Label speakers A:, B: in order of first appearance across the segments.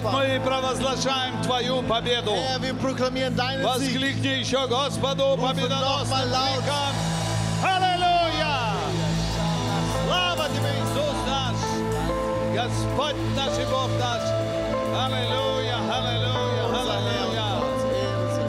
A: Мы провозглашаем Твою победу.
B: Herr, wir proklamieren deinen Sieg.
A: Воскликни еще Господу
B: Rufe
A: победоносным
B: nochmal laut.
A: криком. Аллилуйя! Слава Тебе, Иисус наш! Господь наш и Бог наш! Аллилуйя, аллилуйя,
B: Unser Herr und
A: аллилуйя!
B: Gott, Ehre sei.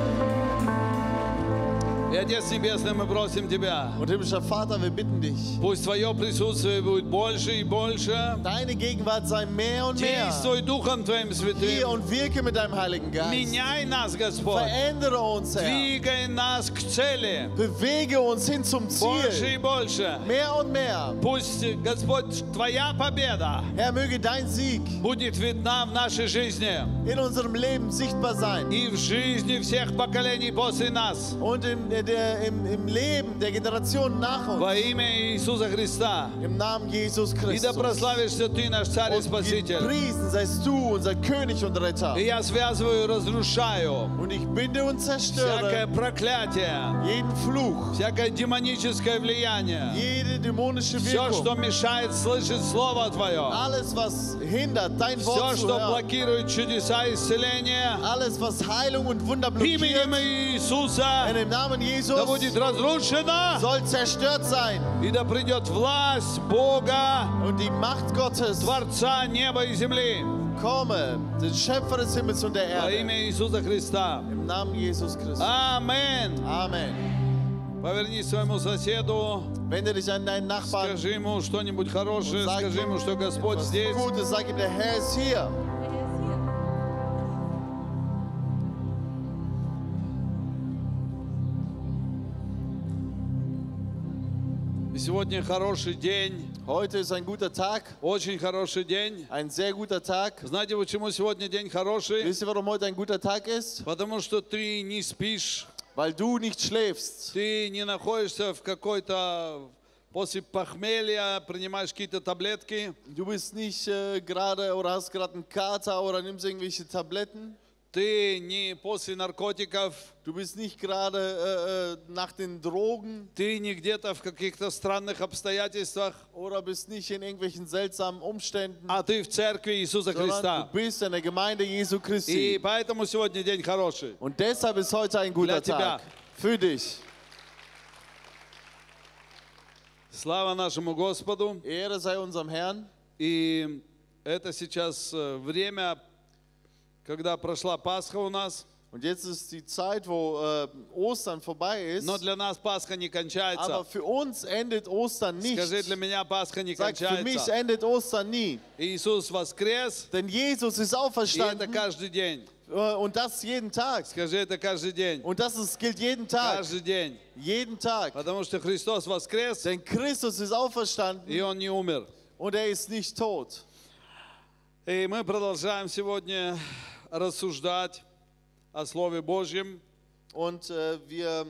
A: И Отец Небесный, мы просим Тебя,
B: Und himmlischer Vater, wir bitten dich,
A: пусть Твое присутствие будет больше и больше.
B: deine Gegenwart sei mehr und mehr.
A: Действуй Духом Твоим
B: Hier
A: Святым.
B: und wirke mit deinem Heiligen Geist.
A: Меняй нас, Господь.
B: Verändere uns, Herr.
A: Двигай нас к цели.
B: Bewege uns hin zum
A: Больше и
B: Ziel.
A: больше.
B: Mehr und mehr.
A: Пусть, Господь, Твоя победа
B: Herr, möge dein Sieg
A: будет видна в нашей жизни
B: in unserem Leben sichtbar sein.
A: и в жизни всех поколений после нас.
B: Und im, der, im, im Leben der Generation nach uns.
A: Во имя Иисуса Христа.
B: Im Namen Jesus
A: И да
B: Christus.
A: прославишься Ты, наш Царь и
B: Und
A: Спаситель.
B: gepriesen seist du, unser König und Retter.
A: И я связываю и разрушаю
B: Und ich binde und
A: всякое
B: zerstöre
A: проклятие,
B: jeden Fluch,
A: всякое демоническое влияние,
B: jede dämonische
A: все, что
B: Wirkung,
A: мешает слышать Слово Твое,
B: alles, was hindert, dein
A: все,
B: Wort zu
A: что
B: hören,
A: блокирует чудеса исцеления,
B: alles, was Heilung und Wunder blockiert,
A: именем Иисуса
B: in dem Namen
A: да будет
B: Jesus
A: разрушено,
B: soll zerstört sein.
A: и да придет власть Бога,
B: Und die Macht Gottes
A: Творца неба и земли,
B: komme, den Schöpfer des Himmels und der
A: во
B: Erde,
A: имя Иисуса Христа.
B: im Namen Jesus
A: Ah.
B: Christus.
A: Аминь.
B: Amen.
A: Поверни своему соседу,
B: Wende dich an deinen Nachbarn.
A: скажи ему что-нибудь хорошее,
B: Sag
A: скажи
B: ihm,
A: ему, что Господь
B: was
A: здесь.
B: Gutes, sag ihm, der Herr ist hier.
A: И сегодня хороший день,
B: Heute ist ein guter Tag,
A: очень хороший день.
B: ein sehr guter Tag.
A: Знаете, почему сегодня день хороший?
B: Wisst ihr, warum heute ein guter Tag ist?
A: Потому что ты не спишь,
B: Weil du nicht schläfst.
A: ты не находишься в какой-то... После похмелья принимаешь какие-то таблетки,
B: Du bist nicht äh, gerade oder hast gerade einen Kater oder nimmst irgendwelche Tabletten.
A: ты не после наркотиков,
B: Du bist nicht gerade äh, äh, nach den Drogen
A: Ты не где-то в каких-то странных обстоятельствах,
B: oder bist nicht in irgendwelchen seltsamen Umständen,
A: а ты в церкви Иисуса
B: sondern
A: Христа.
B: du bist in der Gemeinde Jesu
A: И
B: Christi.
A: поэтому сегодня день хороший.
B: Und deshalb ist heute ein
A: Для
B: guter
A: тебя.
B: Tag für dich.
A: Слава нашему Господу.
B: Ehre sei unserem Herrn.
A: И это сейчас э, время, когда прошла Пасха у нас.
B: Und jetzt ist die Zeit, wo äh, Ostern vorbei ist.
A: Но для нас Пасха не
B: Aber
A: кончается.
B: für uns endet Ostern nicht.
A: Скажи, для меня Пасха не
B: Sagt, für mich
A: кончается.
B: endet Ostern nie.
A: Иисус воскрес,
B: Denn Jesus ist
A: и это
B: auferstanden
A: каждый день.
B: äh, und das jeden Tag.
A: Скажи, это каждый день.
B: Und das ist, gilt jeden Tag.
A: Каждый день.
B: Jeden Tag.
A: Потому что Христос воскрес,
B: Denn Christus ist
A: и
B: auferstanden
A: Он не умер.
B: und er ist nicht tot.
A: И мы продолжаем сегодня рассуждать о Слове Божьем.
B: Und äh, wir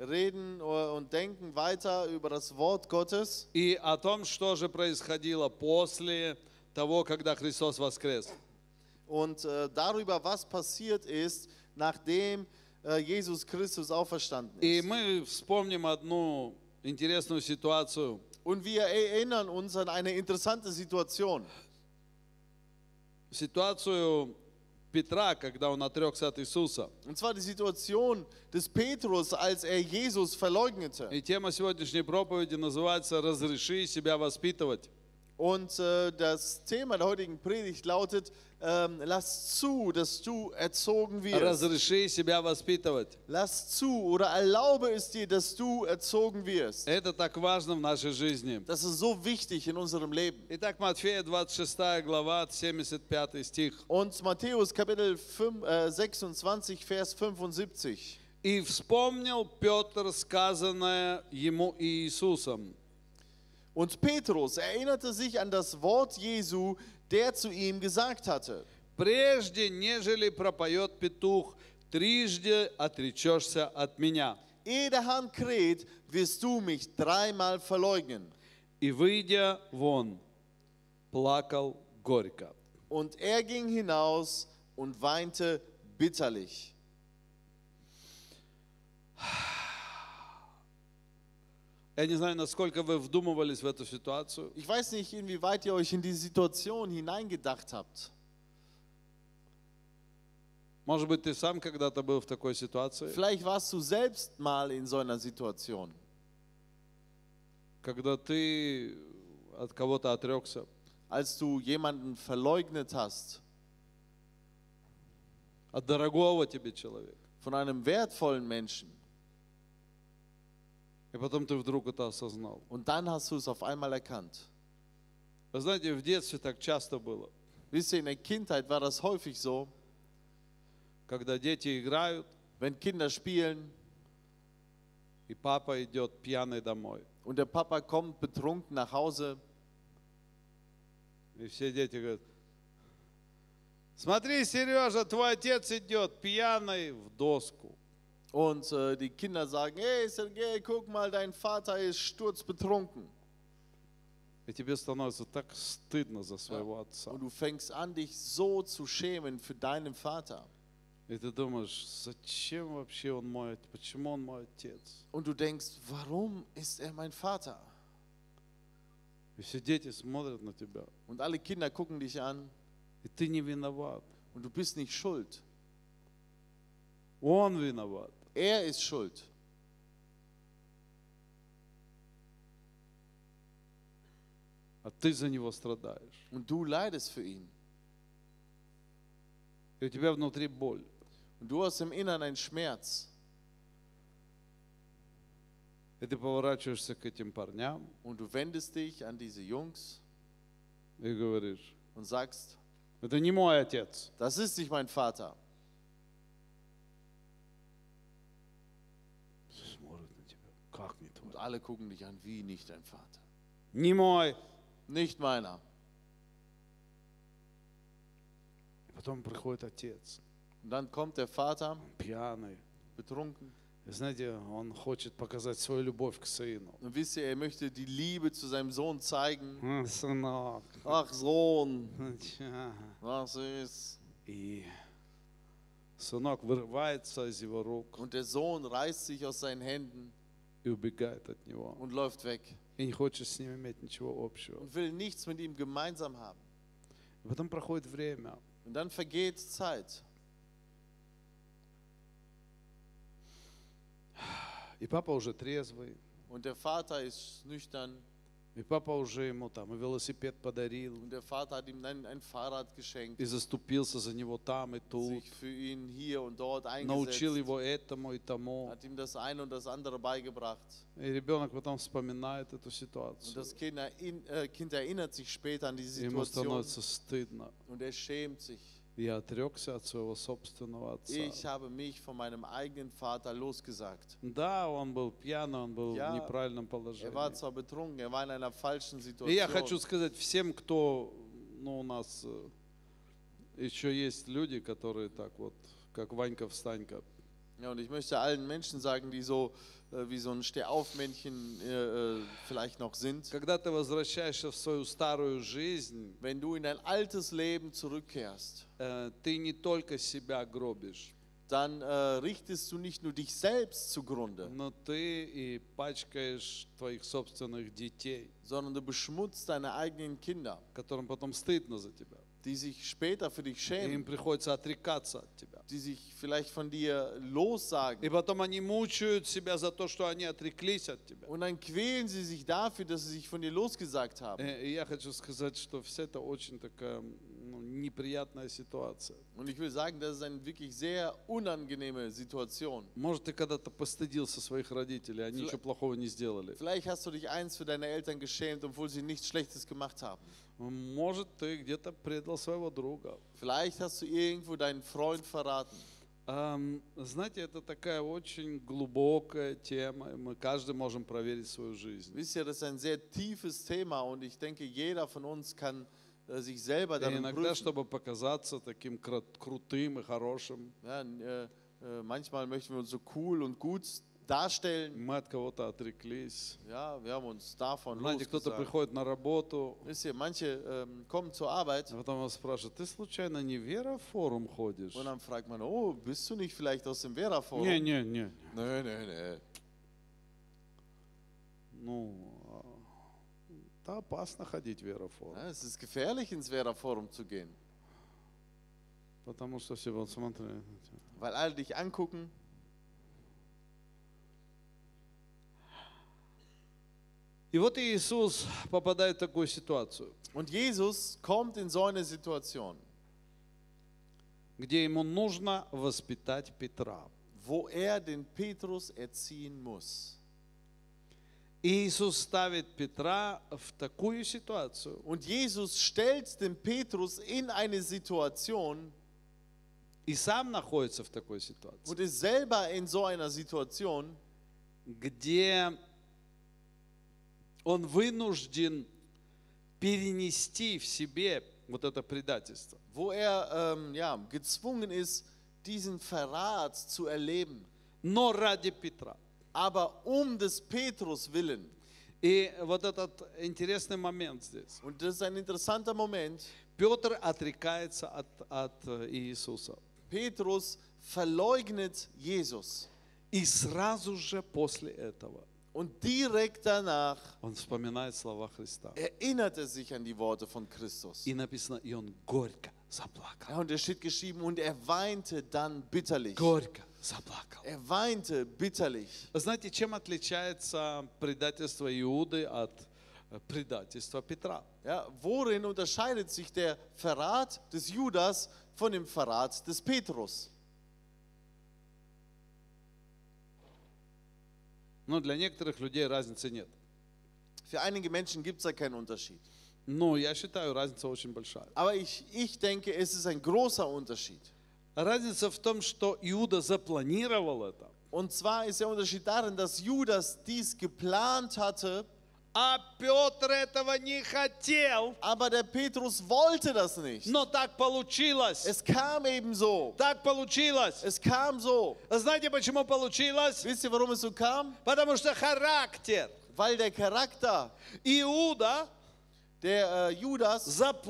B: reden äh, und denken weiter über das Wort Gottes
A: и о том, что же происходило после того, когда Христос воскрес.
B: und äh, darüber, was passiert ist, nachdem äh, Jesus Christus auferstanden
A: И
B: ist.
A: мы вспомним одну интересную ситуацию.
B: Und wir erinnern uns an eine interessante Situation.
A: Ситуацию Петра, когда он отрекся от Иисуса.
B: Und zwar die Situation des Petrus, als er Jesus verleugnete.
A: И тема сегодняшней проповеди называется «Разреши себя воспитывать».
B: Und äh, das Thema der heutigen Predigt lautet, ähm, lass zu, dass du erzogen wirst.
A: «Разреши себя воспитывать».
B: Lass zu oder erlaube es dir, dass du erzogen wirst.
A: Это так важно в нашей жизни.
B: Das ist so wichtig in unserem Leben.
A: Итак, Матфея 26 глава, 75 стих.
B: Und Matthäus Kapitel 5, äh, 26, Vers 75.
A: «И вспомнил Петр сказанное ему Иисусом,
B: Und Petrus erinnerte sich an das Wort Jesu, der zu ihm gesagt hatte.
A: прежде, нежели пропоет петух, трижды отречешься от меня.
B: Ehe der Hahn kräht, wirst du mich dreimal verleugnen.
A: И, выйдя вон, плакал горько.
B: Und er ging hinaus und weinte bitterlich.
A: Я не знаю, насколько вы вдумывались в эту ситуацию,
B: Ich weiß nicht, inwieweit ihr euch in die Situation hineingedacht habt,
A: Может быть, ты сам когда-то был в такой ситуации,
B: Vielleicht warst du selbst mal in so einer Situation,
A: когда ты от кого-то отрекся.
B: als du jemanden verleugnet hast,
A: от дорогого тебе человека.
B: von einem wertvollen Menschen.
A: И потом ты вдруг это осознал.
B: Und dann hast du es auf einmal erkannt.
A: Вы знаете, в детстве так часто было,
B: Wisst ihr, in der Kindheit war das häufig so,
A: когда дети играют,
B: wenn Kinder spielen
A: и папа идет пьяный домой.
B: und der Papa kommt betrunken nach Hause
A: И все дети говорят, смотри, Сережа, твой отец идет пьяный в доску.
B: und äh, die Kinder sagen, hey Sergej, guck mal, dein Vater ist sturzbetrunken.
A: И тебе становится так стыдно за своего отца.
B: Und du fängst an, dich so zu schämen für deinen Vater.
A: И ты думаешь, зачем вообще он мой, от- почему он мой отец?
B: Und du denkst, warum ist er mein Vater?
A: И все дети смотрят на тебя.
B: Und alle Kinder gucken dich an
A: И ты не виноват.
B: und du bist nicht schuld.
A: Он виноват.
B: Er ist schuld.
A: а ты за него страдаешь.
B: Und du leidest für ihn.
A: И у тебя внутри боль.
B: Und du hast im Innern einen Schmerz.
A: И ты поворачиваешься к этим парням
B: Und du wendest dich an diese Jungs
A: и говоришь,
B: und sagst,
A: это не мой отец.
B: das ist nicht mein Vater.
A: Смотрят на тебя, как не твой?
B: Und alle gucken dich an, wie nicht dein Vater.
A: Не мой.
B: Nicht meiner.
A: И потом приходит отец,
B: Und dann kommt der Vater,
A: пьяный.
B: betrunken.
A: И знаете, он хочет показать свою любовь к сыну.
B: Und wisst ihr, er möchte die Liebe zu seinem Sohn zeigen.
A: «М, Сынок.
B: Ach Sohn,
A: ну чё?»
B: ach süß.
A: И сынок вырывается из его рук
B: Und der Sohn reißt sich aus seinen Händen
A: и убегает от него.
B: und läuft weg
A: И не хочет с ним иметь ничего общего.
B: und will nichts mit ihm gemeinsam haben.
A: И потом проходит время.
B: Und dann vergeht Zeit.
A: И папа уже трезвый.
B: Und der Vater ist nüchtern
A: И папа уже ему там и велосипед подарил,
B: und der Vater hat ihm dann ein Fahrrad geschenkt,
A: и заступился за него там и тут,
B: sich für ihn hier und dort
A: научил
B: eingesetzt,
A: его этому и тому.
B: hat ihm das eine und das andere beigebracht.
A: И ребенок потом вспоминает эту
B: Und
A: ситуацию.
B: das Kind, erin- äh, kind erinnert sich später an die
A: И Ему
B: Situation
A: становится стыдно.
B: und er schämt sich.
A: Я отрекся от своего собственного
B: Ich
A: отца.
B: habe mich von meinem eigenen Vater losgesagt.
A: Да, он был пьяный, он был в
B: Я-
A: неправильном
B: Er war
A: положении.
B: zwar betrunken, er war in einer falschen
A: И я хочу
B: Situation.
A: сказать всем, кто, ну, у нас э, еще есть люди, которые так вот, как Ванька Встанька,
B: Ja, und ich möchte allen Menschen sagen, die so äh, wie so ein Stehaufmännchen äh, äh, vielleicht noch sind,
A: когда ты возвращаешься в свою старую жизнь,
B: wenn du in dein altes Leben zurückkehrst,
A: э, ты не только себя гробишь,
B: dann äh, richtest du nicht nur dich selbst zugrunde,
A: но ты и пачкаешь твоих собственных детей,
B: sondern du beschmutzt deine eigenen Kinder,
A: которым потом stыдно за тебя.
B: die sich später für dich
A: И им
B: schämen,
A: приходится отрекаться от тебя.
B: die sich vielleicht von dir
A: И
B: lossagen.
A: потом они мучают себя за то, что они отреклись от тебя.
B: Und dann quälen sie sich dafür, dass sie sich von dir losgesagt haben.
A: Э, И я хочу сказать, что вся это очень такая ну, неприятная ситуация.
B: Und ich will sagen, das ist eine wirklich sehr unangenehme Situation.
A: Может, ты когда-то постыдился своих родителей, они
B: Фла-
A: ничего плохого не сделали.
B: Vielleicht hast du dich eins für deine Eltern geschämt, obwohl sie nichts Schlechtes gemacht haben.
A: Может, ты где-то предал своего друга.
B: Vielleicht hast du irgendwo deinen Freund verraten.
A: Ам, Знаете, это такая очень глубокая тема. и Мы каждый можем проверить свою жизнь.
B: Wisst ihr, das ist ein sehr tiefes Thema und ich denke, jeder von uns kann äh, sich selber
A: И
B: darin
A: иногда,
B: prüfen.
A: чтобы показаться таким крат- крутым и хорошим,
B: Ja, äh, äh, manchmal möchten wir uns so cool und gut darstellen.
A: мы от кого-то отреклись.
B: Ja, wir haben uns davon
A: Знаете, кто-то
B: losgesagt.
A: приходит на работу,
B: Wisst ihr, manche ähm, kommen zur Arbeit
A: а потом вас спрашивают, ты случайно не Вера в форум ходишь?
B: und dann fragt man, oh, bist du nicht vielleicht aus dem Vera-Forum?
A: Не, не, не.
B: Nö, nö, nö.
A: Ну, а, да, опасно ходить в Вера в форум.
B: Ja, es ist gefährlich, ins Vera-Forum zu gehen.
A: Потому что все вот смотри.
B: weil alle dich angucken.
A: И вот Иисус попадает в такую ситуацию,
B: Und Jesus kommt in so eine Situation,
A: где ему нужно воспитать Петра.
B: wo er den Petrus erziehen muss.
A: И Иисус ставит Петра в такую ситуацию,
B: Und Jesus stellt den Petrus in eine Situation
A: и сам находится в такой ситуации,
B: und ist selber in so einer Situation,
A: где он вынужден перенести в себе вот это предательство.
B: wo er ähm, ja, gezwungen ist, diesen Verrat zu erleben,
A: Но ради Петра.
B: aber um des Petrus willen.
A: И вот этот интересный момент здесь.
B: Und das ist ein interessanter Moment.
A: Петр отрекается от, от э, Иисуса.
B: Petrus verleugnet Jesus
A: И сразу же после этого
B: und direkt danach
A: он vспоминает слова Христа.
B: erinnert er sich an die Worte von Christus.
A: И написано, и он горько заплакал.
B: Ja, und es steht geschrieben, und er weinte dann bitterlich.
A: Горько заплакал.
B: Er weinte bitterlich.
A: Знаете, чем отличается предательство Иуды от э, предательства Петра?
B: Ja, worin unterscheidet sich der Verrat des Judas von dem Verrat des Petrus?
A: Ну, для некоторых людей разницы нет.
B: Für einige Menschen gibt es da keinen Unterschied.
A: Но я считаю, разница очень большая.
B: Aber ich, ich denke, es ist ein großer Unterschied.
A: Разница в том, что Иуда запланировал это,
B: Und zwar ist der Unterschied darin, dass Judas dies geplant hatte,
A: а Петр этого не хотел.
B: aber der Petrus wollte das nicht.
A: Но так получилось.
B: Es kam eben so.
A: Так получилось.
B: Es kam so.
A: Знаете, почему получилось?
B: Wisst ihr, warum es so kam?
A: Потому что характер
B: Weil der Charakter,
A: Иуда
B: der äh, Judas,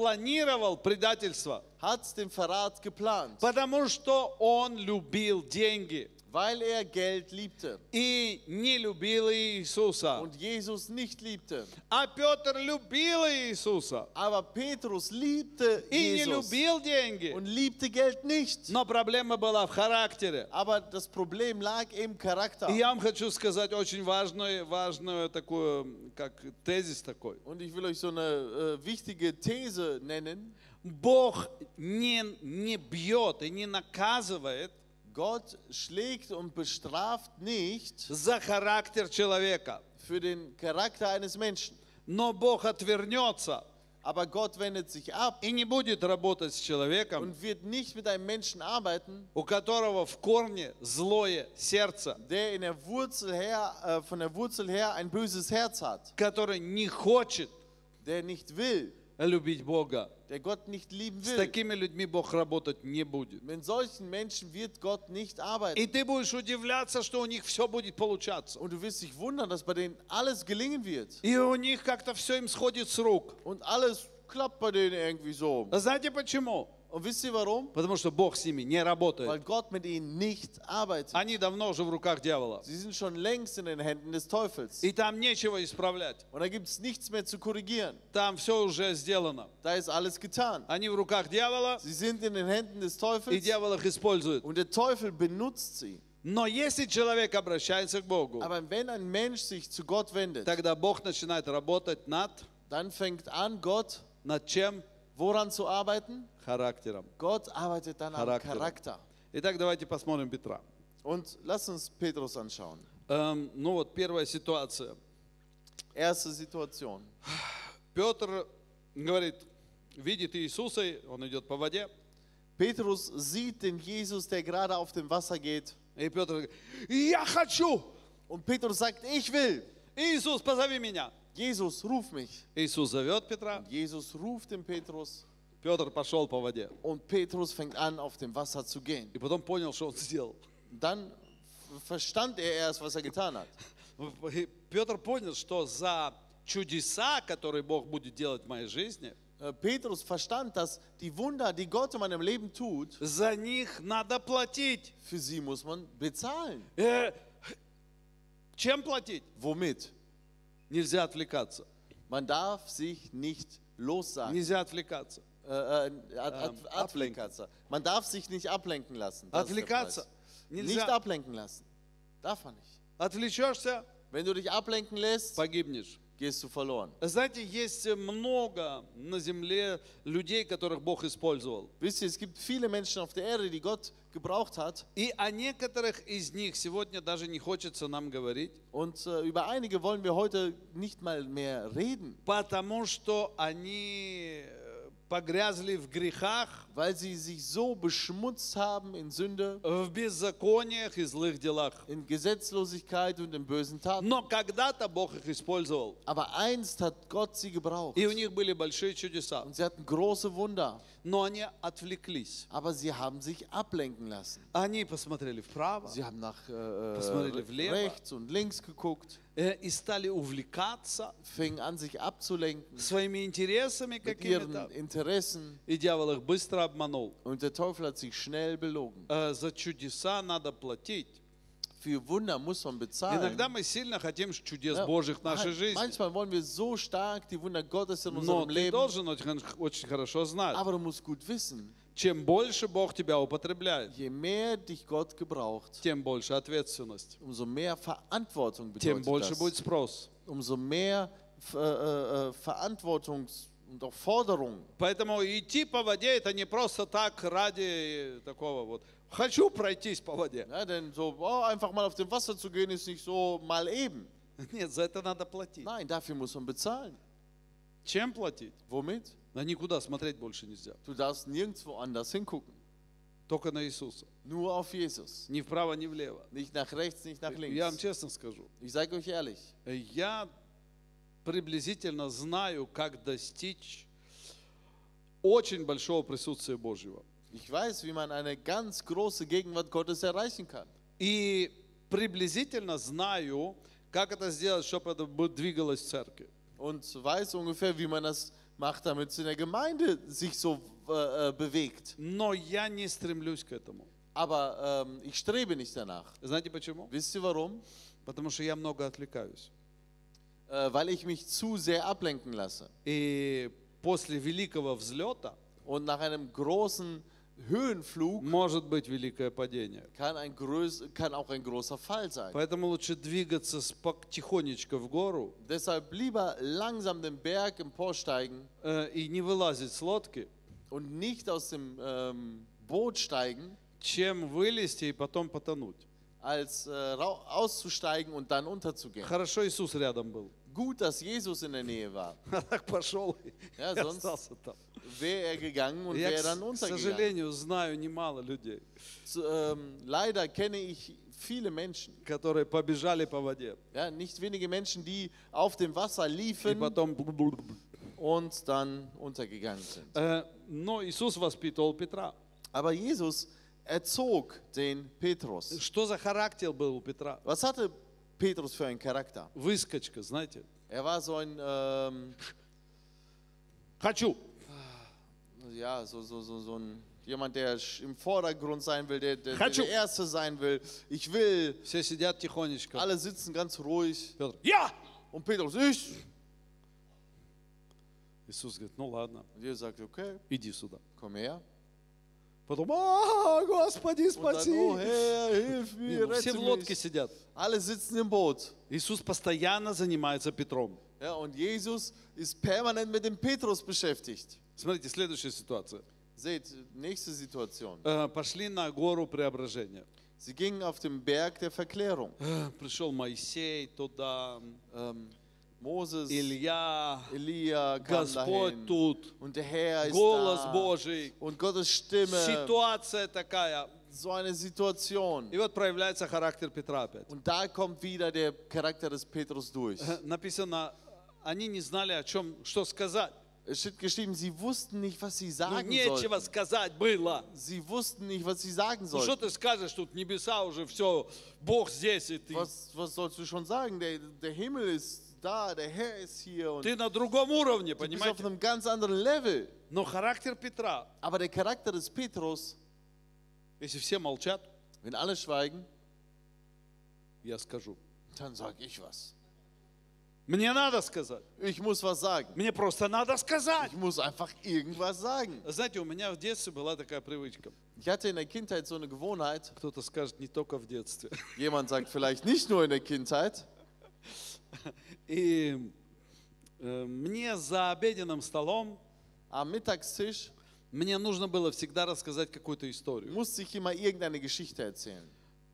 A: запланировал предательство.
B: hat den Verrat geplant,
A: Потому что он любил деньги
B: weil er Geld liebte
A: и не любил Иисуса.
B: und Jesus nicht liebte.
A: А Петр любил Иисуса
B: Aber Petrus liebte
A: и не
B: Jesus
A: любил деньги.
B: und liebte Geld nicht.
A: Но проблема была в характере.
B: Aber das Problem lag im Charakter.
A: И я вам хочу сказать очень важную, важную такую, как тезис такой.
B: Und ich will euch so eine äh, wichtige These nennen.
A: Бог не, не бьет и не наказывает
B: Gott schlägt und bestraft nicht
A: за характер человека,
B: für den Charakter eines Menschen.
A: но Бог отвернется
B: Aber Gott wendet sich ab
A: и не будет работать с человеком,
B: und wird nicht mit einem Menschen arbeiten,
A: у которого в корне злое сердце,
B: der in der Wurzel her, äh, von der Wurzel her ein böses Herz hat,
A: который не хочет
B: der nicht will,
A: любить Бога.
B: der Gott nicht lieben
A: С
B: will.
A: такими людьми Бог работать не будет.
B: Mit solchen Menschen wird Gott nicht
A: И
B: arbeiten.
A: ты будешь удивляться, что у них все будет получаться.
B: Und du wirst dich wundern, dass bei denen alles gelingen wird.
A: И у них как-то все им сходит с рук.
B: Und alles klappt bei denen irgendwie so.
A: А Знаете почему?
B: Und wisst ihr warum?
A: Потому что Бог с ними не
B: Weil
A: работает.
B: Gott mit ihnen nicht arbeitet.
A: Они давно уже в руках дьявола.
B: Sie sind schon längst in den Händen des Teufels.
A: И там нечего исправлять.
B: Und da gibt es nichts mehr zu korrigieren.
A: Там все уже сделано.
B: Da ist alles getan.
A: Они в руках дьявола,
B: Sie sind in den Händen des
A: и
B: Teufels
A: дьявол их использует.
B: und der Teufel benutzt sie.
A: Но если человек обращается к Богу,
B: Aber wenn ein Mensch sich zu Gott wendet,
A: тогда Бог начинает работать над,
B: dann fängt an, Gott
A: над чем?
B: woran zu arbeiten?
A: Характером.
B: Gott arbeitet dann am
A: Charakter.
B: Charakter.
A: Итак, давайте посмотрим Петра.
B: Und lasst uns Petrus anschauen.
A: Эм, ну вот первая ситуация.
B: Erste Situation.
A: Петр говорит, видит Иисуса, и он идет по воде.
B: Petrus sieht den Jesus, der gerade auf dem Wasser geht.
A: И Петр говорит, я хочу!
B: Und Petrus sagt, ich will.
A: Иисус, позови меня!
B: Jesus, ruf mich.
A: Иисус зовет Петра,
B: Jesus ruft den Petrus
A: Петр пошел по воде.
B: und Petrus fängt an, auf dem Wasser zu gehen.
A: И потом понял, что он сделал.
B: Dann f- verstand er erst, was er getan hat.
A: Петр понял, что за чудеса, которые Бог будет делать в моей жизни,
B: Äh, Petrus verstand, dass die Wunder, die Gott in meinem Leben tut,
A: за них надо платить.
B: für sie muss man bezahlen.
A: Э, Чем платить?
B: Womit?
A: Нельзя отвлекаться.
B: Man darf sich nicht lossagen.
A: Нельзя отвлекаться.
B: Äh, äh, ad, ad, ablenken. Man darf sich nicht ablenken lassen. das ist der
C: Отвлекаться
B: Preis. Nicht
C: нельзя.
B: ablenken lassen. Darf man nicht.
C: Отвлечешься,
B: Wenn du dich ablenken lässt,
A: погибнешь.
B: gehst du verloren.
A: Знаете, есть много на земле людей, которых Бог использовал.
B: Wisst ihr, es gibt viele Menschen auf der Erde, die Gott gebraucht hat.
A: И о некоторых из них сегодня даже не хочется нам говорить,
B: Und äh, über einige wollen wir heute nicht mal mehr reden,
A: потому что они э, погрязли в грехах,
B: weil sie sich so beschmutzt haben in Sünde,
A: в беззакониях и злых делах.
B: in Gesetzlosigkeit und in bösen Taten.
A: Но когда-то Бог их использовал,
B: Aber einst hat Gott sie gebraucht.
A: и у них были большие чудеса,
B: Und sie hatten große Wunder.
A: но они отвлеклись.
B: Aber sie haben sich ablenken lassen.
A: Они посмотрели вправо
B: Sie haben nach äh,
A: Посмотрели
B: äh,
A: влево.
B: rechts und links geguckt,
A: э, и стали увлекаться
B: fingen an, sich abzulenken
A: своими интересами
B: mit ihren
A: какими-то.
B: Interessen.
A: И дьявол их быстро обманул.
B: Und der Teufel hat sich schnell belogen.
A: Э, За чудеса надо платить.
B: Für Wunder muss man bezahlen.
A: Иногда мы сильно хотим чудес
B: Ja,
A: Божьих в нашей
B: man-
A: жизни.
B: Manchmal wollen wir so stark die Wunder Gottes in
A: Но
B: unserem
A: ты
B: Leben,
A: должен очень, очень хорошо знать,
B: aber du musst gut wissen,
A: чем больше Бог тебя употребляет,
B: je mehr dich Gott gebraucht,
A: тем больше ответственность,
B: umso mehr Verantwortung
A: тем
B: bedeutet
A: больше будет
B: das.
A: спрос.
B: Umso mehr äh, äh, äh, Verantwortungs- und auch Forderungen.
A: Поэтому идти по воде это не просто так ради такого вот. Хочу пройтись по воде.
B: Ja, denn so oh, einfach mal auf dem Wasser zu gehen, ist nicht so mal eben.
A: Нет, за это надо платить.
B: Nein, dafür muss man bezahlen.
A: Чем платить?
B: Womit?
A: На никуда смотреть больше нельзя.
B: Du darfst nirgendwo anders hingucken.
A: Только на Иисуса.
B: Nur auf Jesus.
A: Ни вправо, ни влево.
B: Nicht nach rechts, nicht nach
A: Я вам
B: links.
A: честно скажу,
B: Ich sage euch ehrlich,
A: я приблизительно знаю, как достичь очень большого присутствия Божьего.
B: ich weiß, wie man eine ganz große Gegenwart Gottes erreichen kann.
A: И приблизительно знаю, как это сделать, чтобы это бы двигалось в церкви.
B: Und weiß ungefähr, wie man das macht, damit es in der Gemeinde sich so äh, äh, bewegt.
A: Но я не стремлюсь к этому.
B: Aber ähm, ich strebe nicht danach.
A: Знаете почему?
B: Wisst ihr warum?
A: Потому что я много отвлекаюсь.
B: Äh, weil ich mich zu sehr ablenken lasse.
A: И после великого взлета
B: Und nach einem großen Höhenflug
A: может быть великое падение.
B: kann, ein größ, kann auch ein großer Fall sein.
A: Поэтому лучше двигаться спок- тихонечко в гору
B: Deshalb lieber langsam den Berg emporsteigen
A: э, и не вылазить с лодки,
B: und nicht aus dem ähm, Boot steigen,
A: чем вылезти и потом потонуть.
B: als äh, rau- auszusteigen und dann unterzugehen.
A: Хорошо Иисус рядом был.
B: Gut, dass Jesus in der Nähe war.
A: А так пошел и
B: Ja,
A: и
B: sonst-
A: остался там.
B: Wäre er gegangen und
A: Я,
B: wäre dann
A: к с- к
B: untergegangen.
A: сожалению, знаю немало людей,
B: Zu, ähm, leider kenne ich viele Menschen,
A: которые побежали по воде.
B: ja, nicht wenige Menschen, die auf dem Wasser
A: И
B: liefen
A: потом...
B: und dann untergegangen sind.
A: Э, Но Иисус воспитывал Петра.
B: Aber Jesus erzog den Petrus.
A: Что за характер был у Петра?
B: Was hatte Petrus für einen Charakter?
A: Выскочка, знаете.
B: Er war so ein, ähm,
A: Хочу.
B: ja, so, so, so, so ein, jemand, der sch- im Vordergrund sein will, der, der, der,
A: Hatschu.
B: der Erste sein will. Ich will.
A: Все сидят тихонечко.
B: Alle sitzen ganz ruhig.
A: Петр, я!
B: Und Petrus, ich.
A: Иисус говорит, ну ладно,
B: Und Jesus sagt, okay,
A: иди сюда.
B: komm her.
A: Потом, а, Господи,
B: Und dann,
A: спаси!
B: oh Herr, hilf
A: э, Не,
B: mir,
A: ну, все
B: rette
A: в лодке
B: mich.
A: сидят.
B: Alle sitzen im Boot.
A: Иисус постоянно занимается Петром.
B: Ja, und Jesus ist permanent mit dem Petrus beschäftigt.
A: Смотрите, следующая ситуация.
B: Seht, nächste Situation.
A: Э, Пошли на гору преображения.
B: Sie gingen auf den Berg der Verklärung.
A: Э, Пришел Моисей туда,
B: Ähm, Moses,
A: Илья,
B: Elia kam
A: Господь
B: dahin.
A: тут,
B: Und der Herr ist
A: голос
B: da.
A: Божий,
B: Und Gottes Stimme.
A: ситуация такая.
B: So eine Situation.
A: И вот проявляется характер Петра опять.
B: Und da kommt wieder der Charakter des Petrus durch.
A: Э, Написано, они не знали, о чем, что сказать.
B: Es steht geschrieben, sie wussten nicht, was sie
A: Ну,
B: sagen
A: нечего
B: sollten.
A: сказать было.
B: Sie wussten nicht, was sie sagen
A: Ну, что
B: sollten.
A: ты скажешь, тут небеса уже все, Бог здесь, и ты,
B: Was, was sollst du schon sagen? Der, der Himmel ist da, der Herr ist hier und
A: ты на другом уровне,
B: du bist auf
A: понимаете?
B: einem ganz anderen Level.
A: Но характер Петра,
B: Aber der Charakter des Petrus,
A: если все молчат,
B: wenn alle schweigen,
A: я скажу.
B: dann sage ich was.
A: Мне надо сказать.
B: Ich muss was sagen.
A: Мне просто надо сказать.
B: Ich muss einfach irgendwas sagen.
A: Знаете, у меня в детстве была такая привычка.
B: Ich hatte in der Kindheit so eine Gewohnheit.
A: Кто-то скажет, не только в детстве.
B: Jemand sagt vielleicht nicht nur in der Kindheit.
A: И э, мне за обеденным столом
B: Am Mittagstisch
A: мне нужно было всегда рассказать какую-то историю.
B: musste ich immer irgendeine Geschichte erzählen.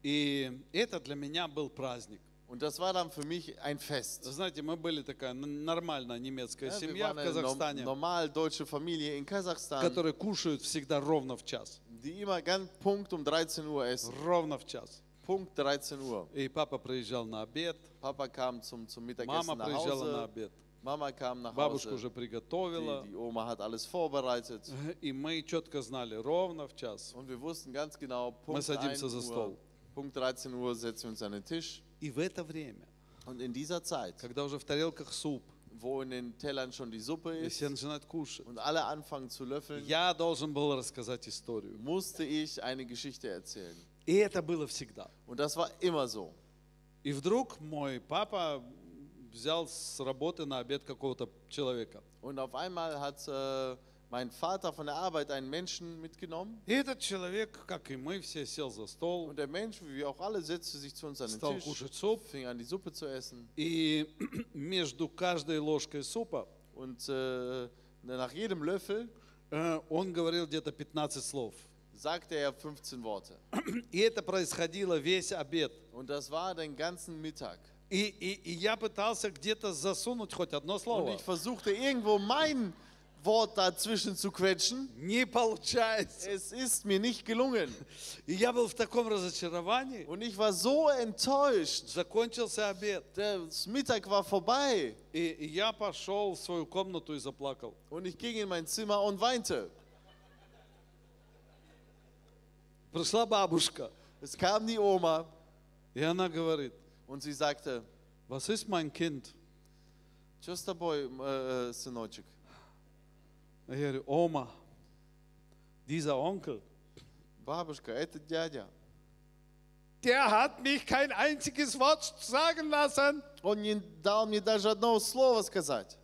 A: И это для меня был праздник.
B: Und das war dann für mich ein Fest.
A: Знаете, мы были такая н- нормальная немецкая
B: Ja, wir
A: семья в
B: waren eine nom-
A: Казахстане,
B: normal deutsche Familie in Kasachstan,
A: которые kушают всегда ровно в час.
B: die immer ganz Punkt um 13 Uhr essen.
A: Ровно в час.
B: Punkt 13 Uhr.
A: И папа приезжал на обед,
B: Papa kam zum, zum
A: мама
B: Mittagessen nach
A: приезжала на
B: Hause.
A: обед,
B: Mama kam nach
A: бабушка
B: Hause.
A: уже приготовила,
B: Die, die Oma hat alles vorbereitet.
A: и мы четко знали, ровно в час.
B: Und wir wussten ganz genau, Punkt,
A: садимся
B: 1
A: за
B: Uhr,
A: стол.
B: Punkt 13 Uhr setzen wir uns an den Tisch.
A: И в это время,
B: Und in dieser Zeit,
A: когда уже в тарелках суп,
B: wo in den Tellern schon die Suppe
A: и
B: ist
A: все начинают кушать,
B: und alle anfangen zu löffeln,
A: я должен был рассказать историю.
B: musste ich eine Geschichte erzählen.
A: И это было всегда.
B: Und das war immer so.
A: И вдруг мой папа взял с работы на обед какого-то человека.
B: Und auf einmal hat äh, mein Vater von der Arbeit einen Menschen mitgenommen.
A: И этот человек, как и мы все, сел за стол,
B: Und der Mensch, wie wir auch alle, setzte sich zu uns an den
A: стал
B: Tisch,
A: кушать суп.
B: fing an, die Suppe zu essen.
A: И между каждой ложкой супа
B: Und äh, nach jedem Löffel
A: э, он говорил где-то 15 слов.
B: sagte er 15 Worte.
A: И это происходило весь обед.
B: Und das war den ganzen Mittag.
A: И, и- и я пытался где-то засунуть хоть одно
B: Und
A: слово.
B: ich versuchte irgendwo mein Wort dazwischen zu quetschen.
A: Не получается.
B: Es ist mir nicht gelungen.
A: И я был в таком разочаровании.
B: Und ich war so enttäuscht.
A: Закончился обед.
B: Das Mittag war vorbei.
A: И, и я пошел в свою комнату и заплакал.
B: Und ich ging in mein Zimmer und weinte.
A: Пришла бабушка.
B: Es kam die Oma
A: И она говорит,
B: und sie sagte,
A: was ist mein Kind?
B: Что с тобой, м, э, э, сыночек?
A: Я говорю, Ома, dieser Onkel,
B: Бабушка, это дядя.
A: der hat mich kein einziges Wort sagen lassen.
B: Он не дал мне даже одного слова сказать.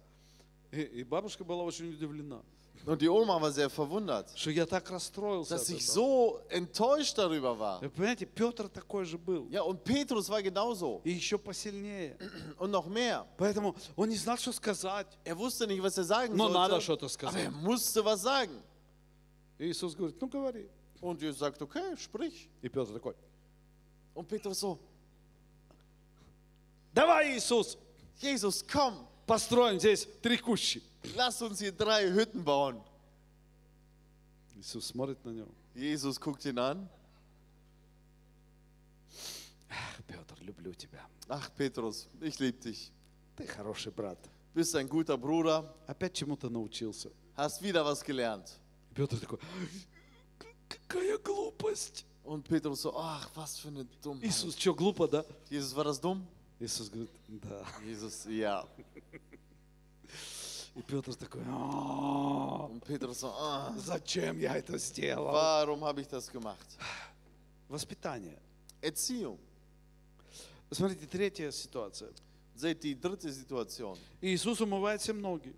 A: И, и бабушка была очень удивлена,
B: Und die Oma war sehr verwundert,
A: что я так расстроился.
B: dass
A: от
B: ich
A: этого.
B: so enttäuscht darüber war.
A: Вы Понимаете, Петр такой же был.
B: Ja, und Petrus war genauso.
A: И еще посильнее.
B: Und noch mehr.
A: Поэтому он не знал, что сказать.
B: Er wusste nicht, was er sagen
A: Но надо
B: sollte,
A: что-то
B: aber
A: сказать.
B: er musste was sagen.
A: И Иисус говорит, ну говори.
B: Und Jesus sagt, okay, sprich.
A: И Петр такой,
B: Und Petrus so,
A: давай, Иисус,
B: Jesus, komm,
A: построим здесь три кущи.
B: lass uns hier drei Hütten bauen.
A: Иисус смотрит на него.
B: Jesus guckt ihn an.
A: Петр, люблю тебя.
B: Ach, Petrus, ich liebe dich.
A: Ты хороший брат.
B: Bist ein guter Bruder,
A: Опять чему-то научился.
B: hast wieder was gelernt.
A: И Петр такой, какая глупость.
B: Und Petrus so, ach, was für eine Dummheit.
A: Иисус, что, глупо, да?
B: Jesus, war das dumm?
A: Иисус говорит, да.
B: Jesus, ja.
A: И Петр такой, «А,
B: Und Petrus so, ah,
A: зачем я это сделал?
B: warum habe ich das gemacht?
A: Воспитание.
B: Erziehung.
A: Смотрите, третья ситуация.
B: Seht die dritte Situation.
A: Иисус умывает всем ноги.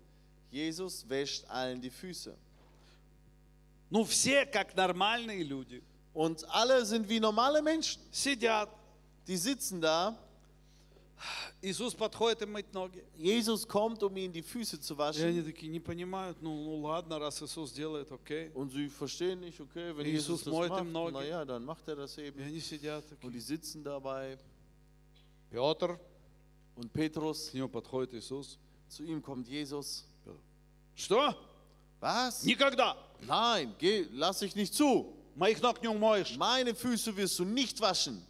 B: Jesus wäscht allen die Füße.
A: Ну, все, как нормальные люди,
B: Und alle sind wie normale Menschen.
A: сидят.
B: Die sitzen da.
A: Иисус подходит им мыть ноги.
B: Jesus kommt, um ihnen die Füße zu
A: И они
B: waschen.
A: такие не понимают, ну, ну ладно, раз Иисус делает, окей.
B: Und sie verstehen nicht, okay, wenn
A: Jesus
B: Jesus das
A: moit
B: macht,
A: ihm Nogi.
B: naja, dann macht er das
A: И
B: eben.
A: они сидят.
B: Und die sitzen dabei.
A: Петр.
B: Und Petrus,
A: К нему подходит Иисус.
B: zu ihm kommt Jesus.
A: Что?
B: Was?
A: Никогда.
B: Nein, geh, lass dich nicht zu.
A: Моих ног не умоешь.
B: Meine Füße wirst du nicht waschen.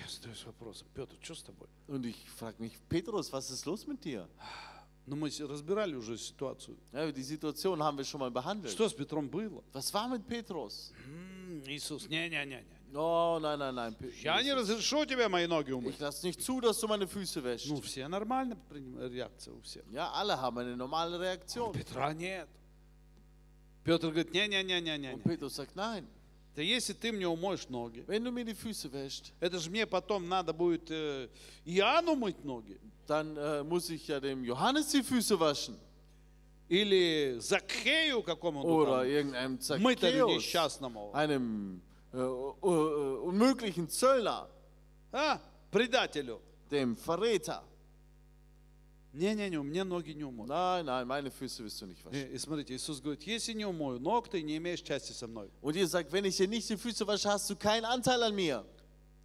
A: Я задаюсь вопросом, Петр, что с тобой?
B: Und ich frage mich, Petrus, was ist los mit dir?
A: Ну, мы с- разбирали уже ситуацию.
B: Ja, die Situation haben wir schon mal behandelt.
A: Что с Петром было?
B: Was war mit Petrus?
A: М, Иисус, не-не-не.
B: Oh, nein, nein, nein. Pe-
A: Я не разрешу тебе мои ноги
B: Ich
A: умыть.
B: lasse nicht zu, dass du meine Füße wäschst.
A: Ну, все нормально, приним- реакция у всех.
B: Ja, alle haben eine normale Reaktion.
A: Петра нет. Петр говорит, не-не-не-не-не.
B: Und Petrus sagt, nein.
A: Да если ты мне умоешь ноги,
B: Wenn du mir die Füße wäschst,
A: это же мне потом надо будет э, Иоанну мыть ноги
B: dann äh, muss ich ja dem Johannes die Füße waschen.
A: или Закхею
B: Oder
A: какому-то
B: irgendeinem
A: там, мытарю
B: Zacchaeus,
A: несчастному.
B: einem äh, u- u- unmöglichen Zöllner,
A: А? Предателю.
B: dem Verräter.
A: Не-не-не, мне ноги не умоют.
B: Nein, nein, meine Füße wirst du nicht waschen.
A: И и смотрите, Иисус говорит, если не умою ног, ты не имеешь части со мной.
B: Und ihr sagt, wenn ich dir nicht die Füße wasche, hast du keinen Anteil an mir.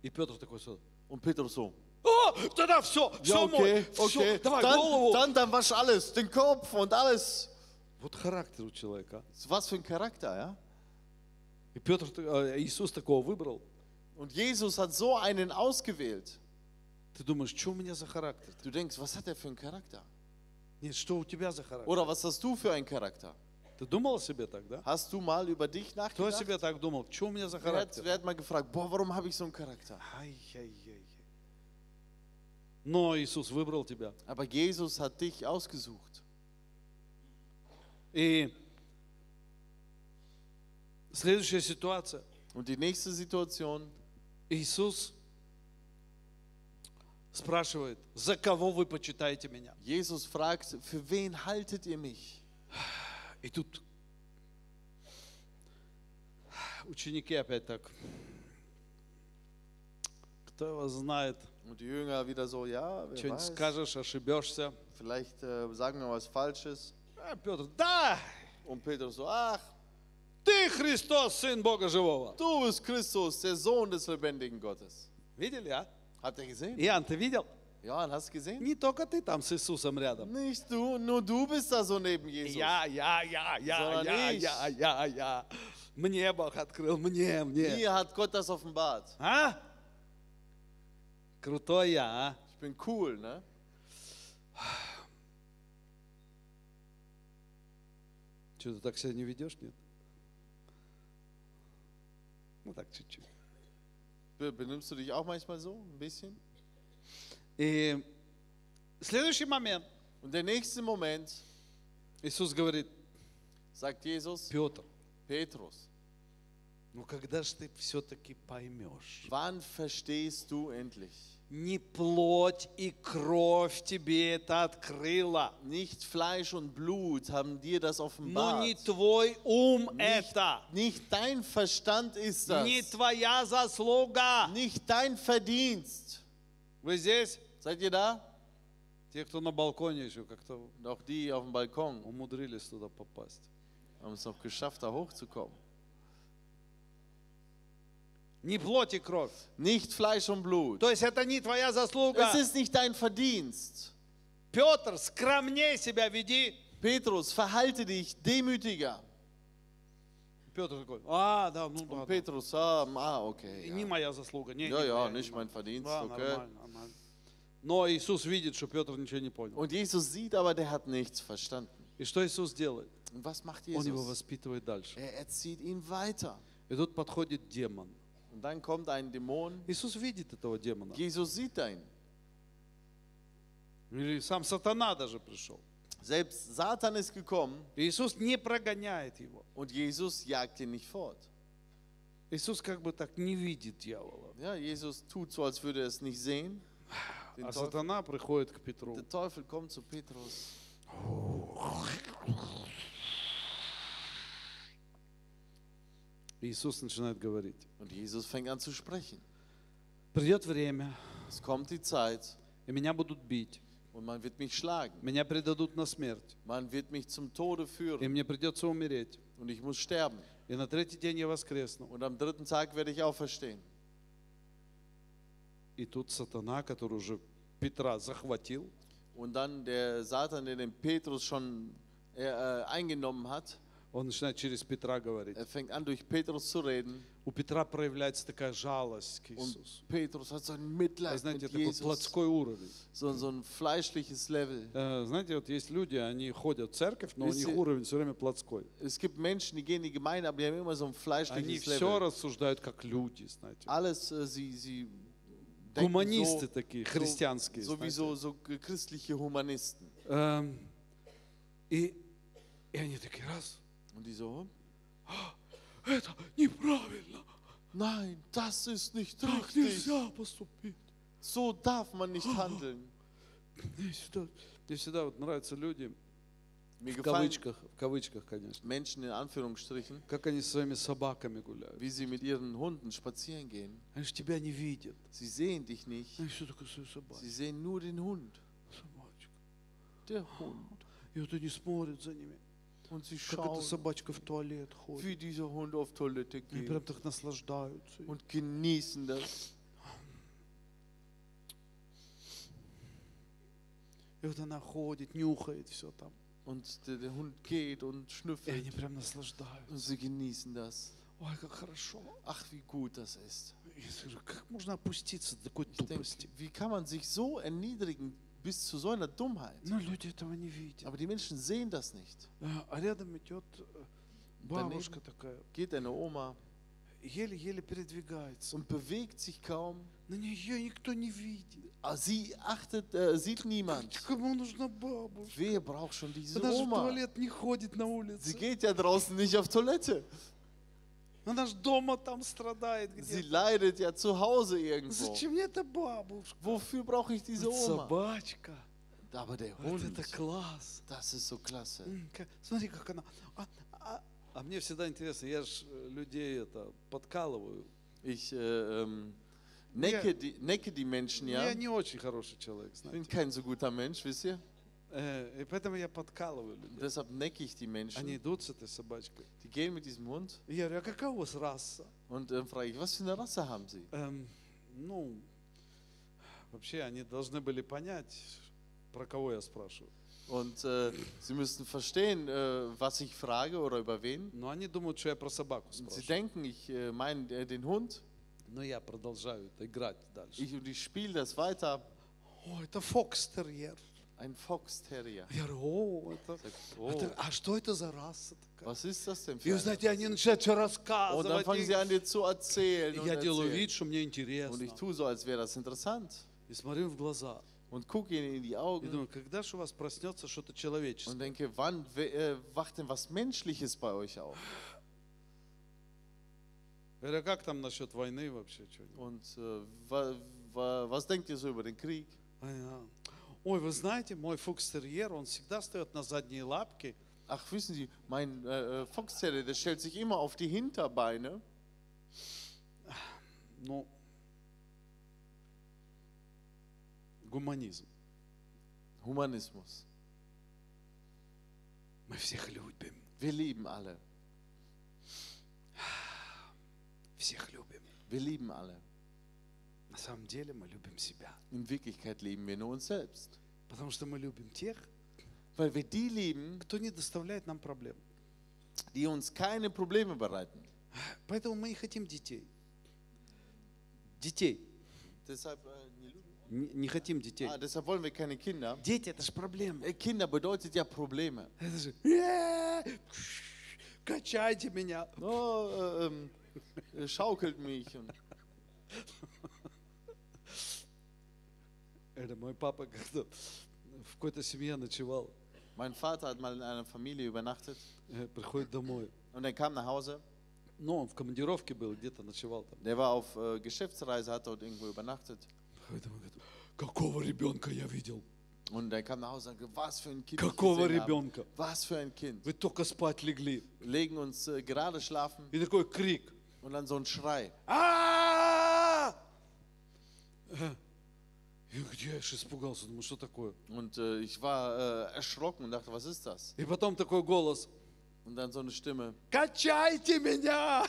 A: И Петр такой сразу,
B: Und Petrus so.
A: О, тогда все, все
B: Ja, okay,
A: мой, всё,
B: okay.
A: давай
B: Dann,
A: голову.
B: dann, dann wasch alles, den Kopf und alles.
A: Вот характер у человека. а.
B: Was für ein Charakter, ja?
A: И Петр, э, Иисус такого выбрал.
B: Und Jesus hat so einen ausgewählt.
A: Ты думаешь, что у меня за характер?
B: Du denkst, was hat er für einen Charakter?
A: Нет, что у тебя за характер?
B: Oder was hast du für einen Charakter?
A: Ты думал о себе так, да?
B: Hast du mal über dich
A: Кто о
B: nachgedacht?
A: себе так думал? Что у меня за
B: Wer hat,
A: характер?
B: wer hat mal gefragt, boah, warum habe ich so einen Charakter?
A: Ай-яй-яй. Но Иисус выбрал тебя.
B: Aber Jesus hat dich ausgesucht.
A: И следующая ситуация.
B: Und die nächste Situation,
A: Иисус спрашивает, за кого вы почитаете меня?
B: Jesus fragt, für wen haltet ihr mich?
A: И тут ученики опять так. Кто его знает,
B: Und die Jünger wieder so, ja, wer
A: что-нибудь
B: weiß,
A: скажешь, ошибешься.
B: vielleicht э, sagen wir was Falsches.
A: А Петр, да,
B: Und Petrus so, ach,
A: ты Христос, Сын Бога Живого.
B: du bist Christus, der Sohn des lebendigen Gottes.
A: Видели, а?
B: Habt ihr gesehen?
A: Иоанн, ты видел?
B: Johann, hast du gesehen?
A: Не только ты там с Иисусом рядом.
B: Nicht du, nur du bist da so neben Jesus.
A: Я, я, я, я, я,
B: Звонишь.
A: я, я, я. Мне Бог открыл, мне, мне.
B: Mir hat Gott das offenbart.
A: А? Крутой я, а?
B: Ich bin cool, ne?
A: Что, ты так себя не ведешь, нет? Ну так, чуть-чуть.
B: Be- Benimmst du dich auch manchmal so, ein bisschen?
A: И следующий момент.
B: Und der nächste Moment
A: Иисус говорит,
B: sagt Jesus,
A: Петр,
B: Petrus,
A: ну когда же ты все-таки поймешь?
B: wann verstehst du endlich?
A: Не плоть и кровь тебе это открыла,
B: Nicht Fleisch und Blut haben dir das
A: но не
B: offenbart.
A: твой ум это,
B: Nicht dein Verstand ist das.
A: не твоя заслуга.
B: Nicht dein Verdienst.
A: Вы здесь?
B: Seid ihr da?
A: Те, кто на балконе еще как-то
B: Und auch die auf dem Balkon
A: умудрились туда попасть.
B: haben es noch geschafft, da hochzukommen.
A: Не плоть и кровь.
B: Nicht Fleisch und Blut.
A: То есть это не твоя заслуга.
B: Es ist nicht dein Verdienst.
A: Петр, скромнее себя веди.
B: Petrus, verhalte dich demütiger.
A: Петр такой, а, да, ну да,
B: Und
A: да.
B: Petrus, ah, ah okay.
A: Не
B: Ja.
A: моя заслуга. Не,
B: ja,
A: не
B: ja,
A: моя,
B: nicht
A: моя.
B: mein Verdienst,
A: Да,
B: okay.
A: нормально, нормально. Но Иисус видит, что Петр ничего не понял.
B: Und Jesus sieht aber, der hat nichts verstanden.
A: И что Иисус делает?
B: Und was macht
A: Он его
B: Jesus?
A: воспитывает дальше.
B: Er erzieht ihn weiter.
A: И тут подходит демон.
B: Und dann kommt ein Dämon.
A: Иисус видит этого демона.
B: Jesus sieht ihn.
A: Или сам сатана даже пришел.
B: Selbst Satan ist gekommen
A: И Иисус не прогоняет его.
B: und Jesus jagt ihn nicht fort.
A: Иисус как бы так не видит дьявола.
B: Ja, Jesus tut so, als würde er es nicht sehen. Den
A: А
B: Teufel,
A: сатана приходит к Петру.
B: der Teufel kommt zu Petrus.
A: И Иисус начинает говорить.
B: Und Jesus fängt an zu sprechen.
A: Придет время,
B: Es kommt die Zeit
A: и меня будут бить.
B: und man wird mich schlagen.
A: Меня предадут на смерть.
B: Man wird mich zum Tode
A: И
B: führen
A: мне придется умереть.
B: und ich muss sterben.
A: И на третий день я воскресну.
B: Und am dritten Tag werde ich auferstehen.
A: И тут сатана, который уже Петра захватил,
B: Und dann der Satan, der den Petrus schon äh, äh, eingenommen hat,
A: он начинает через Петра говорить.
B: er fängt an, durch Petrus zu reden.
A: У Петра проявляется такая жалость к Иисусу.
B: Und Petrus hat so ein
A: Вы
B: Mitleid
A: знаете,
B: mit
A: такой
B: Jesus.
A: плотской уровень.
B: So, so ein fleischliches Level.
A: Э, Знаете, вот есть люди, они ходят в церковь, но у них
B: Если-
A: уровень все время плотской.
B: Es gibt Menschen, die gehen in die Gemeinde, aber die haben immer so ein
A: Они
B: fleischliches
A: все
B: Level.
A: рассуждают как люди, знаете.
B: Alles, äh, sie, sie denken
A: Гуманисты
B: so,
A: такие, христианские.
B: so,
A: знаете.
B: sowieso so christliche Humanisten.
A: Эм, И и они такие, раз,
B: Und die so,
A: это неправильно.
B: Nein, das ist nicht
A: Так
B: richtig.
A: нельзя поступить.
B: So darf man nicht handeln.
A: Мне всегда, мне всегда вот нравятся люди,
B: Mir
A: в
B: gefallen
A: кавычках, в кавычках, конечно,
B: Menschen in Anführungsstrichen,
A: как они со своими собаками гуляют.
B: wie sie mit ihren Hunden spazieren gehen.
A: Они же тебя не видят.
B: Sie sehen dich nicht.
A: Они все такое свою собаку.
B: Sie sehen nur den Hund.
A: Собачка.
B: Der Hund.
A: И вот они смотрят за ними.
B: Und sie
A: Как эта
B: schauen,
A: собачка в туалет ходит.
B: wie dieser Hund auf Toilette
A: Они
B: geht.
A: прям так наслаждаются. им.
B: Und genießen das.
A: И вот она ходит, нюхает все там.
B: Und der, der Hund geht
A: И
B: und
A: они
B: schnüffelt.
A: прям наслаждаются.
B: Und sie genießen das.
A: Ой, как хорошо.
B: Ach, wie gut das ist.
A: И я скажу, как можно опуститься до такой
B: Ich denke,
A: тупости?
B: wie kann man sich so erniedrigen bis zu so einer Dummheit?
A: Но люди этого не видят.
B: Aber die Menschen sehen das nicht.
A: А а рядом идет э, бабушка такая,
B: Geht eine Oma
A: еле-еле передвигается.
B: und bewegt sich kaum.
A: На нее никто не видит.
B: Ah, Sie achtet, äh, sieht niemand.
A: Кому нужна бабушка?
B: Wer braucht schon diese
A: Она же в
B: Oma?
A: туалет не ходит на
B: Sie
A: улице.
B: geht ja draußen nicht auf Toilette.
A: Она же дома там страдает
B: Sie
A: где-то.
B: leidet ja zu Hause irgendwo.
A: Зачем мне эта бабушка?
B: Wofür brauche ich diese Oma?
A: Собачка.
B: Aber der
A: Вот
B: Hund,
A: это класс.
B: das ist so klasse.
A: М, ка- Смотри, как она. А, а- а мне всегда интересно, я же людей это подкалываю.
B: Ich äh, ähm, necke,
A: Ja.
B: die, necke die Menschen, ja.
A: Я
B: Ich
A: не очень хороший человек, знаете.
B: bin kein so guter Mensch, wisst ihr?
A: Э, И поэтому я подкалываю людей.
B: Deshalb necke ich die
A: Они
B: Menschen.
A: идут с этой собачкой.
B: Die gehen mit diesem Hund
A: И я говорю, а какая у вас раса?
B: und äh, frage ich, was für eine Rasse haben sie?
A: Эм, ну, вообще они должны были понять, про кого я спрашиваю.
B: Und äh, sie müssten verstehen, äh, was ich frage oder über wen.
A: Но они думают, что я про собаку
B: Und sie
A: спрашиваю.
B: denken, ich äh, meine äh, den Hund.
A: Но ну, я продолжаю это играть дальше.
B: Ich, und ich spiele das weiter.
A: О, это фокстерьер.
B: Ein Fox Terrier.
A: Я говорю, о, это...
B: Sagt,
A: это-
B: oh,
A: а что это за раса такая?
B: was ist das Also, denn
A: И,
B: für
A: вы
B: eine?
A: знаете, они начинают все
B: Und dann
A: рассказывать.
B: fangen
A: И-
B: sie an, dir zu erzählen.
A: и
B: Und,
A: я делаю
B: erzählen.
A: вид, что мне
B: und ich
A: интересно.
B: tue so, als wäre das interessant.
A: И смотрю в глаза.
B: Und gucke ihnen in die
A: И
B: Augen
A: думаю, когда же у вас проснется что-то
B: und
A: человеческое?
B: denke, wann we- äh, wacht denn was Menschliches bei euch auf?
A: Говорю, а как там насчет войны вообще? Чё они?
B: Und äh, wa, wa, was denkt ihr so über den Krieg?
A: Понятно. Э, Ой, вы знаете, мой фокстерьер, он всегда встает на задние лапки.
B: Ach, wissen Sie, mein äh, äh, Fox Terrier, der stellt sich immer auf die Hinterbeine.
A: Ну, гуманизм.
B: Humanismus.
A: Мы всех любим.
B: Wir lieben alle.
A: Всех любим.
B: Wir lieben alle.
A: На самом деле мы любим себя.
B: In Wirklichkeit lieben wir nur uns selbst.
A: Потому что мы любим тех,
B: Weil wir die lieben,
A: кто не доставляет нам проблем.
B: die uns keine Probleme bereiten.
A: Поэтому мы не хотим детей. Детей.
B: Deshalb, äh, nie lieben.
A: Н- Не хотим детей.
B: ah, deshalb wollen wir keine Kinder.
A: Дети это же проблема.
B: Äh, Kinder bedeutet ja Probleme.
A: Это же «Э, кш, качайте меня.
B: Oh, äh, ähm, äh, schaukelt mich. Und
A: Это мой папа как-то в какой-то семье ночевал,
B: mein Vater hat mal in einer Familie übernachtet
A: э, приходит домой.
B: und er kam nach Hause.
A: Ну, он в командировке был, где-то ночевал там.
B: Der war auf äh, Geschäftsreise, hat dort irgendwo übernachtet.
A: Приходит домой, говорит, какого ребенка я видел?
B: Und er kam nach Hause und sagte, was für ein Kind. ich
A: Какого
B: gesehen habe.
A: ребенка?
B: Was für ein Kind.
A: Вы только спать легли.
B: Legen uns äh, gerade schlafen
A: И такой крик.
B: und dann so ein Schrei.
A: «А!» Э, Я говорю, я аж испугался, думаю, что такое?
B: Und äh, ich war äh, erschrocken und dachte, was ist das?
A: И потом такой голос.
B: Und dann so eine Stimme,
A: Качайте меня!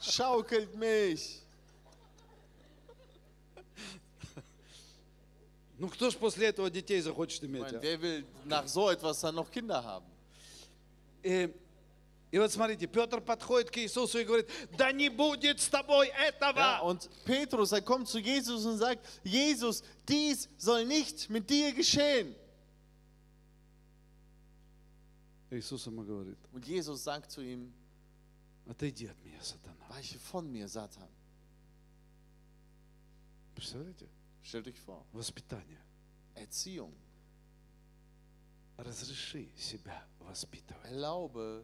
B: schaukelt mich.
A: Ну кто ж после этого детей захочет
B: Ich
A: иметь?
B: meine,
A: а?
B: wer will nach so etwas dann noch Kinder haben?
A: И, и вот смотрите, Петр подходит к Иисусу и говорит, да не будет с тобой
B: Ja,
A: этого.
B: und Petrus, er kommt zu Jesus und sagt, Jesus, dies soll nicht mit dir geschehen.
A: Иисус ему говорит,
B: Und Jesus sagt zu ihm,
A: отойди от меня, сатана.
B: weiche von mir, Satan.
A: Представляете?
B: Stellt euch vor,
A: Воспитание.
B: Erziehung.
A: Разреши себя воспитывать.
B: Erlaube,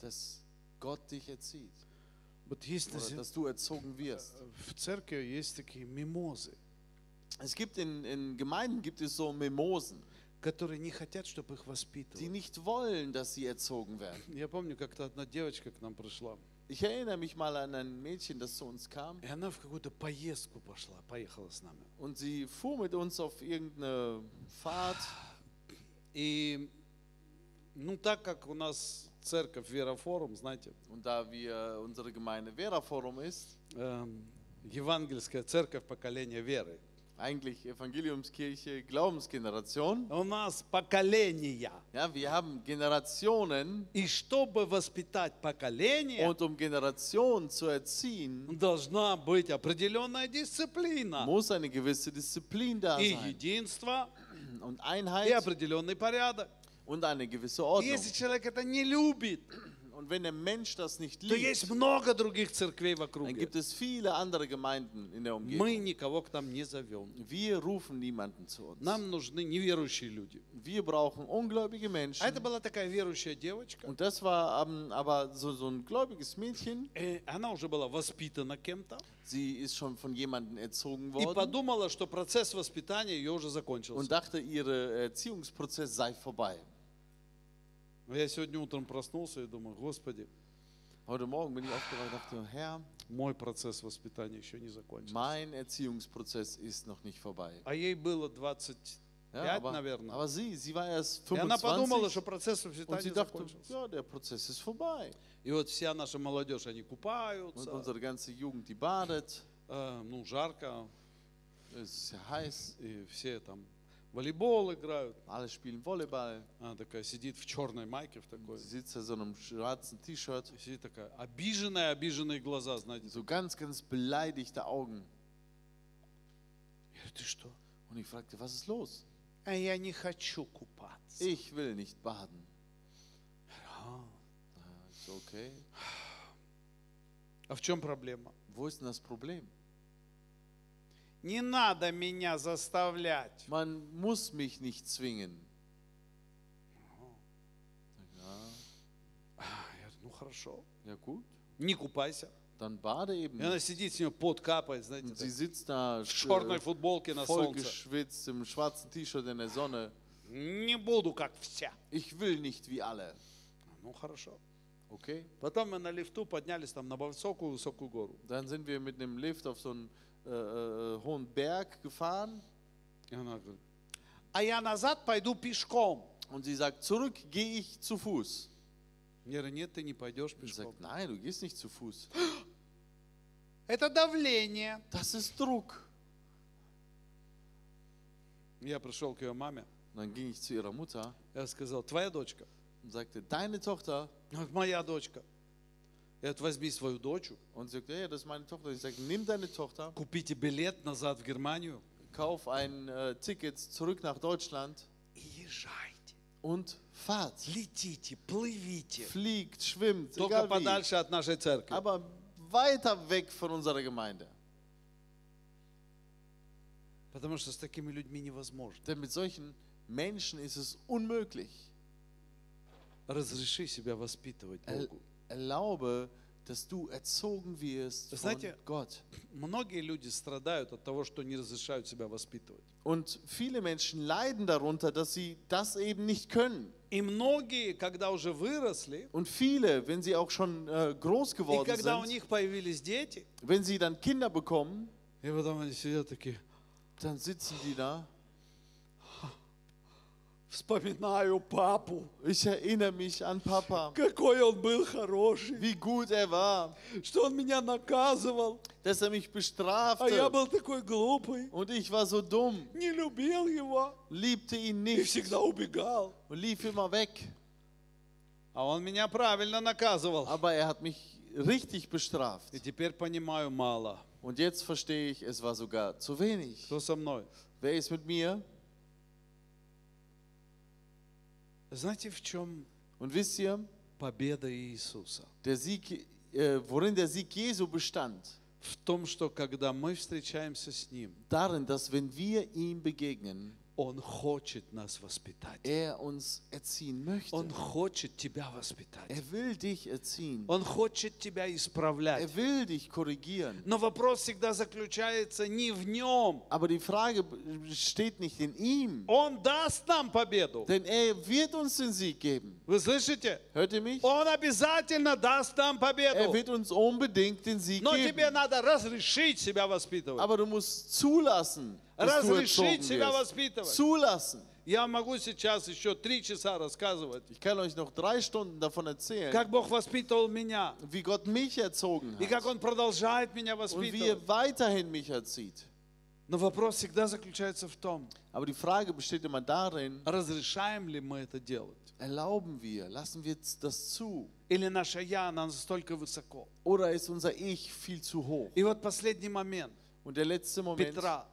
B: dass Gott dich erzieht.
A: Вот есть на
B: oder
A: зем-
B: dass du erzogen wirst.
A: в церкви есть такие мимозы,
B: Es gibt in, in Gemeinden gibt es so Mimosen,
A: которые не хотят, чтобы их
B: die
A: воспитывали.
B: nicht wollen, dass sie erzogen werden.
A: Я помню, как-то одна девочка к нам пришла,
B: Ich erinnere mich mal an ein Mädchen, das zu uns kam
A: и она в какую-то поездку пошла, поехала с нами.
B: und sie fuhr mit uns auf irgendeine Fahrt.
A: И, ну, так как у нас церковь Верофорум, знаете,
B: Und da wir unsere Gemeinde Vera Forum ist,
A: эм, евангельская церковь поколения веры.
B: eigentlich Evangeliumskirche Glaubensgeneration,
A: У нас поколения.
B: ja, wir haben Generationen
A: И чтобы воспитать поколение,
B: und um Generationen zu erziehen,
A: должна быть определенная дисциплина.
B: muss eine gewisse Disziplin da
A: И
B: sein
A: единство,
B: und
A: и
B: Einheit
A: определенный порядок.
B: und eine gewisse
A: И
B: Ordnung.
A: если человек это не любит,
B: Und wenn der Mensch das nicht
A: то
B: liebt,
A: есть много других церквей в
B: dann
A: округе.
B: gibt es viele andere Gemeinden in der Umgebung.
A: Мы никого к нам не зовем.
B: Wir rufen niemanden zu uns.
A: Нам нужны неверующие люди.
B: Wir brauchen ungläubige
A: А это
B: Menschen.
A: была такая верующая девочка.
B: Und das war ähm, aber so, so ein gläubiges Mädchen.
A: Э, Она уже была воспитана кем-то
B: Sie ist schon von jemandem erzogen
A: и
B: worden
A: подумала, что процесс воспитания ее уже
B: und
A: закончился.
B: dachte, ihr Erziehungsprozess sei vorbei.
A: Но Я сегодня утром проснулся и думаю, Господи,
B: Heute Morgen bin ich aufgewacht und dachte, Herr,
A: мой процесс воспитания еще не закончился.
B: mein Erziehungsprozess ist noch nicht vorbei.
A: А ей было 25,
B: Ja, aber,
A: наверное.
B: aber sie, sie war erst
A: И она подумала, что
B: 25
A: процесс
B: und sie
A: воспитания
B: dachte,
A: закончился.
B: ja, der Prozess ist vorbei.
A: И вот вся наша молодежь, они
B: Und
A: купаются,
B: unsere ganze Jugend, die badet,
A: э, ну, жарко,
B: es ist ja heiß,
A: и все там волейбол играют.
B: alle spielen Volleyball.
A: Она такая сидит в черной майке в такой.
B: Sie sitzt da so in einem schwarzen T-Shirt,
A: Сидит такая обиженная, обиженные глаза, знаете.
B: so ganz, ganz beleidigte Augen.
A: Я говорю, ты что?
B: Und ich fragte, was ist los?
A: А я не хочу купаться.
B: Ich will nicht baden.
A: А,
B: Ah, ist Okay,
A: а в чем проблема?
B: wo ist denn das Problem?
A: Не надо меня заставлять.
B: Man muss mich nicht zwingen. Ja,
A: Я говорю, ну хорошо,
B: ja gut,
A: не купайся.
B: dann bade eben.
A: И она сидит, с нее пот капает, знаете,
B: Und sie
A: так,
B: sitzt da
A: в черной
B: äh,
A: футболке на
B: voll
A: солнце.
B: geschwitzt im schwarzen T-Shirt in der Sonne.
A: Не буду как вся.
B: Ich will nicht wie alle.
A: Ну хорошо.
B: Okay?
A: Потом мы на лифту поднялись там на высокую-высокую гору.
B: Dann sind wir mit einem Lift auf so einen äh, äh, hohen Berg gefahren
A: И она говорит, а я назад пойду пешком.
B: und sie sagt, zurück gehe ich zu Fuß.
A: Я говорю, нет, ты не пойдешь
B: Ich
A: пешком.
B: sagt, nein, du gehst nicht zu Fuß.
A: Это давление.
B: Das ist Druck.
A: Я пришел к ее маме.
B: Und dann ging ich zu ihrer Mutter
A: Я сказал, твоя дочка?
B: und sagte, deine Tochter.
A: Она говорит, моя дочка. Я говорю, возьми свою дочу,
B: Und sie sagte, ja, das ist meine Tochter. Ich sagte, nimm deine Tochter,
A: купите билет назад в Германию
B: kauf ein äh, Ticket zurück nach Deutschland
A: и езжайте.
B: und fahrt.
A: Летите, плывите.
B: Fliegt, schwimmt,
A: Только
B: egal wie.
A: подальше от нашей церкви.
B: aber weiter weg von unserer Gemeinde.
A: Потому что с такими людьми невозможно.
B: Denn mit solchen Menschen ist es unmöglich.
A: Разреши себя воспитывать
B: Er,
A: Богу.
B: erlaube, dass du erzogen wirst
A: Das
B: von
A: seid ihr-
B: Gott.
A: Многие люди страдают от того, что не разрешают себя воспитывать.
B: Und viele Menschen leiden darunter, dass sie das eben nicht können.
A: И многие, когда уже выросли,
B: Und viele, wenn sie auch schon äh, groß
A: и
B: geworden
A: когда у
B: sind,
A: них появились дети,
B: wenn sie dann Kinder bekommen,
A: и потом они сидят такие,
B: dann sitzen die da.
A: вспоминаю папу,
B: Ich erinnere mich an Papa,
A: какой он был хороший,
B: wie gut er war,
A: что он меня наказывал,
B: dass er mich
A: а я
B: bestrafte.
A: был такой глупый,
B: Und ich war so dumm,
A: не любил его
B: liebte ihn
A: и
B: nicht
A: всегда убегал.
B: und lief immer weg.
A: А он меня правильно наказывал.
B: Aber er hat mich richtig bestraft.
A: И теперь понимаю мало.
B: Und jetzt verstehe ich, es war sogar zu wenig.
A: Кто со мной?
B: Wer ist mit mir?
A: Знаете, в чем
B: Und wisst ihr,
A: победа Иисуса?
B: der Sieg, äh, worin der Sieg Jesu bestand,
A: В том, что когда мы встречаемся с Ним,
B: darin, dass wenn wir ihm begegnen,
A: Он хочет нас воспитать.
B: Er uns erziehen möchte.
A: Он хочет тебя воспитать.
B: Er will dich erziehen.
A: Он хочет тебя исправлять.
B: Er will dich korrigieren.
A: Но вопрос всегда zaключается не в нем.
B: Aber die Frage steht nicht in ihm,
A: Он даст нам победу.
B: denn er wird uns den Sieg geben.
A: Вы слышите?
B: Hört ihr mich?
A: Он обязательно даст нам
B: Er
A: победу.
B: wird uns unbedingt den Sieg
A: Но
B: geben.
A: тебе надо разрешить себя воспитывать.
B: Aber du musst zulassen, dass du erzogen
A: Разрешить себя
B: wirst.
A: воспитывать.
B: Zulassen.
A: Я могу сейчас еще три часа рассказывать,
B: Ich kann euch noch drei Stunden davon erzählen,
A: как Бог воспитывал меня.
B: wie Gott mich erzogen
A: И как
B: hat
A: Он продолжает меня
B: und wie
A: воспитывать.
B: er weiterhin mich erzieht.
A: Но вопрос всегда заключается в том,
B: Aber die Frage besteht immer darin,
A: разрешаем ли мы это делать.
B: erlauben wir, lassen wir das zu?
A: Или наше «я», оно настолько высоко.
B: Oder ist unser Ich viel zu hoch?
A: И вот последний момент
B: Und der letzte Moment
A: Петра,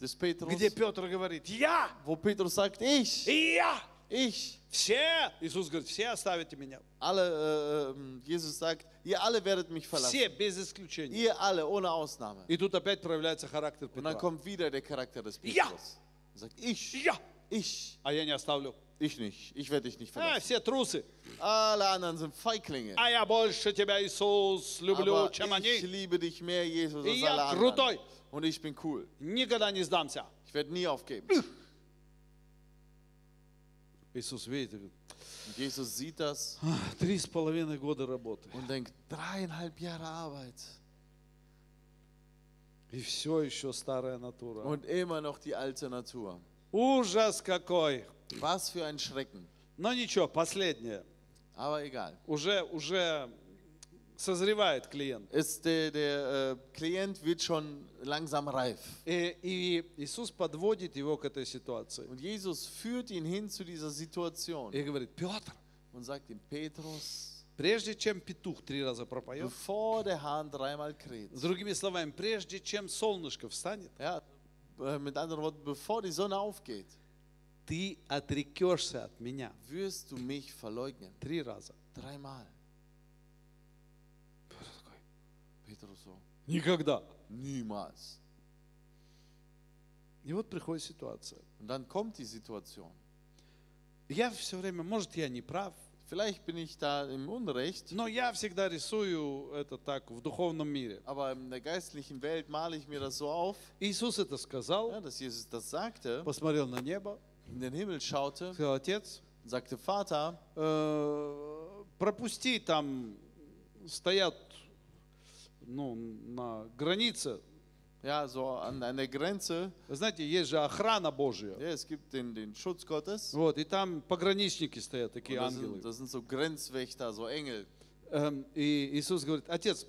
B: des Petrus,
A: где Петр говорит «я»,
B: wo Petrus sagt, ich,
A: и «я».
B: ich,
A: Все, Иисус говорит, все оставите меня.
B: alle, äh, ähm, Jesus sagt, ihr alle werdet mich verlassen.
A: Все, без исключения.
B: Ihr alle, ohne Ausnahme.
A: И тут опять проявляется характер
B: Und dann
A: Петра.
B: kommt wieder der Charakter des
A: Ja.
B: Petrus. Er sagt, ich,
A: «Я»,
B: ich,
A: а я не оставлю.
B: ich nicht, ich werde dich nicht
A: А,
B: verlassen.
A: все трусы.
B: Alle anderen sind Feiglinge.
A: А я больше тебя, Иисус, люблю,
B: Aber
A: чем
B: ich
A: они.
B: liebe dich mehr, Jesus, als
A: Ja,
B: alle anderen.
A: kruтой.
B: Und ich bin cool.
A: Никогда не сдамся.
B: Ich werde nie aufgeben.
A: Hm. Иисус видит, и говорит,
B: Und Jesus sieht das
A: «Ах, три с половиной года работы.
B: und denkt, dreieinhalb Jahre Arbeit
A: И все еще старая натура.
B: und immer noch die alte Natur.
A: Ужас какой.
B: Was für ein Schrecken.
A: Но ничего, последнее.
B: Aber egal.
A: Уже, уже созревает клиент.
B: Ist der der äh, Klient wird schon langsam reif.
A: И, и Иисус подводит его к этой ситуации.
B: Und Jesus führt ihn hin zu dieser Situation
A: И говорит, Петр,
B: und sagt ihm, Petrus,
A: прежде чем петух три раза пропоет,
B: bevor der Hahn dreimal kräht,
A: с другими словами, прежде чем солнышко встанет,
B: ja, äh, mit anderen Worten, bevor die Sonne aufgeht,
A: ты отрекешься от меня
B: wirst du mich verleugnen.
A: три раза.
B: Dreimal. Petrus so,
A: Никогда.
B: niemals.
A: И вот приходит ситуация.
B: Und dann kommt die Situation.
A: Я все время, может, я не прав,
B: Vielleicht bin ich da im Unrecht,
A: но я всегда рисую это так в духовном мире.
B: aber in der geistlichen Welt male ich mir das so auf,
A: Иисус это
B: ja,
A: сказал,
B: dass Jesus das sagte,
A: посмотрел на небо,
B: in den Himmel schaute,
A: сказал, отец,
B: sagte Vater,
A: э, пропусти там, стоят ну, на границе.
B: ja, so an, an der Grenze,
A: Вы Знаете, есть же охрана Божья.
B: ja, es gibt den, den Schutz Gottes. Und
A: Вот, и там пограничники стоят, такие
B: Das sind,
A: ангелы.
B: das sind so Grenzwächter, so Engel.
A: Эм, И Иисус говорит, отец,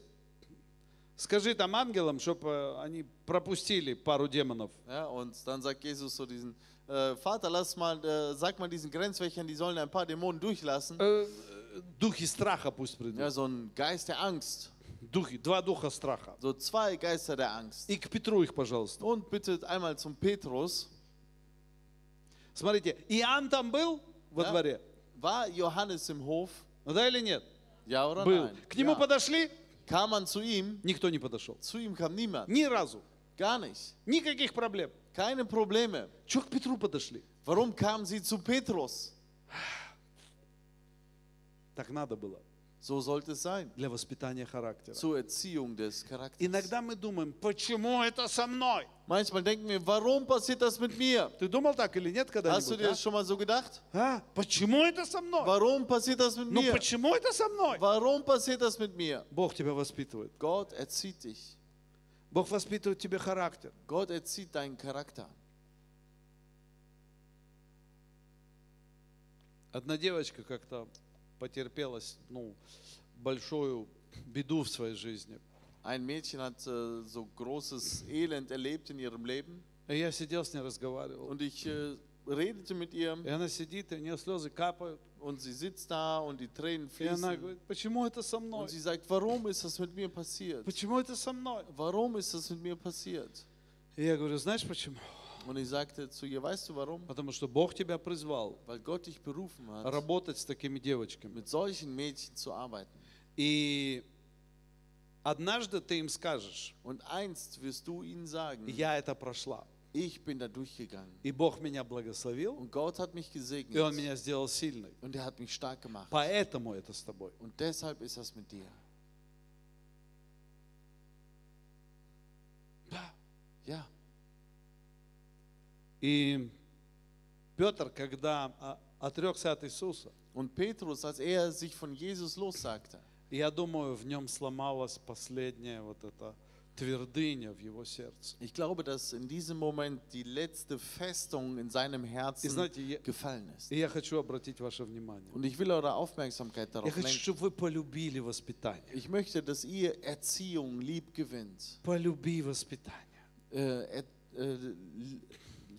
A: скажи там ангелам, чтобы они пропустили пару демонов.
B: Ja, und dann sagt Jesus so diesen, äh, Vater, lass mal, äh, sag mal diesen Grenzwächtern, die sollen ein paar Dämonen durchlassen.
A: Э, Духи страха пусть
B: Ja,
A: придут.
B: so ein Geist der Angst,
A: Духи, два духа страха.
B: so zwei Geister der Angst.
A: И к Петру их, пожалуйста.
B: Und bitte einmal zum Petrus.
A: Смотрите, Иоанн там был во
B: Да.
A: дворе?
B: War Johannes im Hof?
A: Ну Да или нет?
B: Ja oder
A: Был.
B: nein?
A: К нему
B: Ja.
A: подошли?
B: Kam man zu ihm?
A: Никто не подошел.
B: Zu ihm kam niemand.
A: Ни разу.
B: Gar nicht.
A: Никаких проблем.
B: Keine Probleme.
A: Чего к Петру подошли?
B: Warum kamen sie zu Petrus?
A: Так надо было.
B: So sollte es sein.
A: Для воспитания характера.
B: Zur Erziehung des Charakters.
A: Иногда мы думаем, почему это со мной?
B: Manchmal denken wir, warum passiert das mit mir?
A: Ты думал так или нет
B: Hast du dir das
A: когда-нибудь?
B: schon mal so gedacht?
A: а? А? Почему это со мной?
B: Warum passiert das mit
A: Ну
B: mir?
A: почему это со мной?
B: Warum passiert das mit mir?
A: Бог тебя воспитывает.
B: Gott erzieht dich.
A: Бог воспитывает тебе характер.
B: Gott erzieht deinen Charakter.
A: Одна девочка как-то потерпела ну, большую беду в своей жизни.
B: Ein Mädchen hat äh, so großes Elend erlebt in ihrem Leben
A: И я сидел с ней, разговаривал.
B: und ich äh, redete mit ihr
A: И она сидит, и у нее слезы капают.
B: und sie sitzt da und die Tränen
A: И она
B: fließen
A: говорит, почему это со
B: und sie
A: мной?
B: sagt, warum ist das mit mir passiert?
A: Почему это со мной?
B: Warum ist das mit mir passiert?
A: И я говорю, знаешь почему?
B: Und ich sagte zu ihr, weißt du warum?
A: Потому что Бог тебя призвал
B: Weil Gott dich berufen hat,
A: работать с такими девочками.
B: mit solchen Mädchen zu arbeiten.
A: И однажды ты им скажешь,
B: Und einst wirst du ihnen sagen,
A: я это прошла.
B: Ich bin da durchgegangen.
A: И Бог меня благословил,
B: Und Gott hat mich
A: и Он
B: gesegnet.
A: меня сделал сильный.
B: Und er hat mich stark gemacht.
A: Поэтому это с тобой.
B: Und deshalb ist das mit dir.
A: Да.
B: Ja.
A: И Петр, когда а, отрекся от Иисуса,
B: Und Petrus, als er sich von Jesus lossagte,
A: я думаю, в нем сломалась последняя вот эта твердыня в его сердце.
B: ich glaube, dass in diesem Moment die letzte Festung in seinem
A: И
B: Herzen
A: знаете, я,
B: gefallen ist.
A: и я хочу обратить ваше внимание.
B: Und ich will eure Aufmerksamkeit
A: Я
B: darauf
A: хочу,
B: lenken.
A: чтобы вы полюбили воспитание.
B: Ich möchte, dass ihr Erziehung lieb gewinnt.
A: Полюби воспитание.
B: Äh, er, äh, l-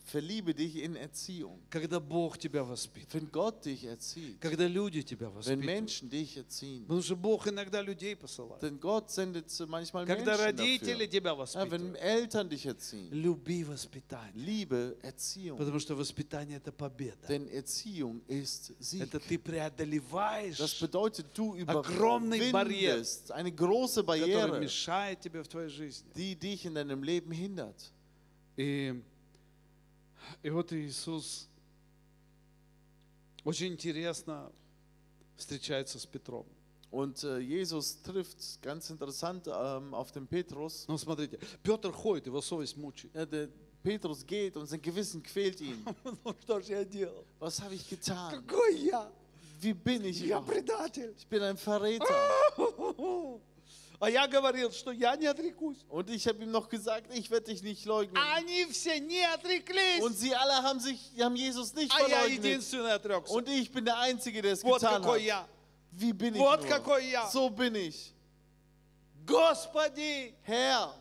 B: verliebe dich in Erziehung.
A: Когда Бог тебя воспитывает.
B: Wenn Gott dich erzieht,
A: Когда люди тебя
B: wenn
A: воспитывают.
B: Menschen dich erziehen,
A: Потому что Бог иногда людей посылает.
B: denn Gott sendet so manchmal Menschen
A: Когда родители
B: dafür.
A: тебя
B: Ja, wenn
A: воспитывают.
B: Eltern dich erziehen,
A: Люби воспитание.
B: liebe Erziehung.
A: Потому что воспитание – это победа.
B: Denn Erziehung ist Sieg.
A: Это ты
B: Das
A: преодолеваешь,
B: bedeutet, du
A: Огромный
B: überwindest eine große
A: которое
B: Barriere,
A: мешает тебе в твоей жизни.
B: die dich in deinem Leben hindert.
A: И, и вот Иисус очень интересно встречается с Петром.
B: Und äh, Jesus trifft ganz interessant ähm, auf den Petrus.
A: Ну, смотрите, Петр ходит, его совесть мучает.
B: Ja, der Petrus geht und sein Gewissen quält ihn.
A: Ну, что же я делал?
B: Was habe ich getan?
A: Какой я?
B: Wie bin ich?
A: Я
B: auch?
A: предатель.
B: Ich bin ein Verräter.
A: А я говорил, что я не отрекусь.
B: Und ich habe ihm noch gesagt, ich werde dich nicht leugnen.
A: Они все не отреклись,
B: Und sie alle haben sich, haben Ah, Jesus nicht
A: а я
B: verleugnet.
A: единственный отрекся.
B: Und ich bin der Einzige, der es
A: Вот
B: getan
A: какой
B: hat.
A: я.
B: Wie bin ich?
A: Вот
B: nur?
A: какой я.
B: So bin ich.
A: Господи,
B: Herr,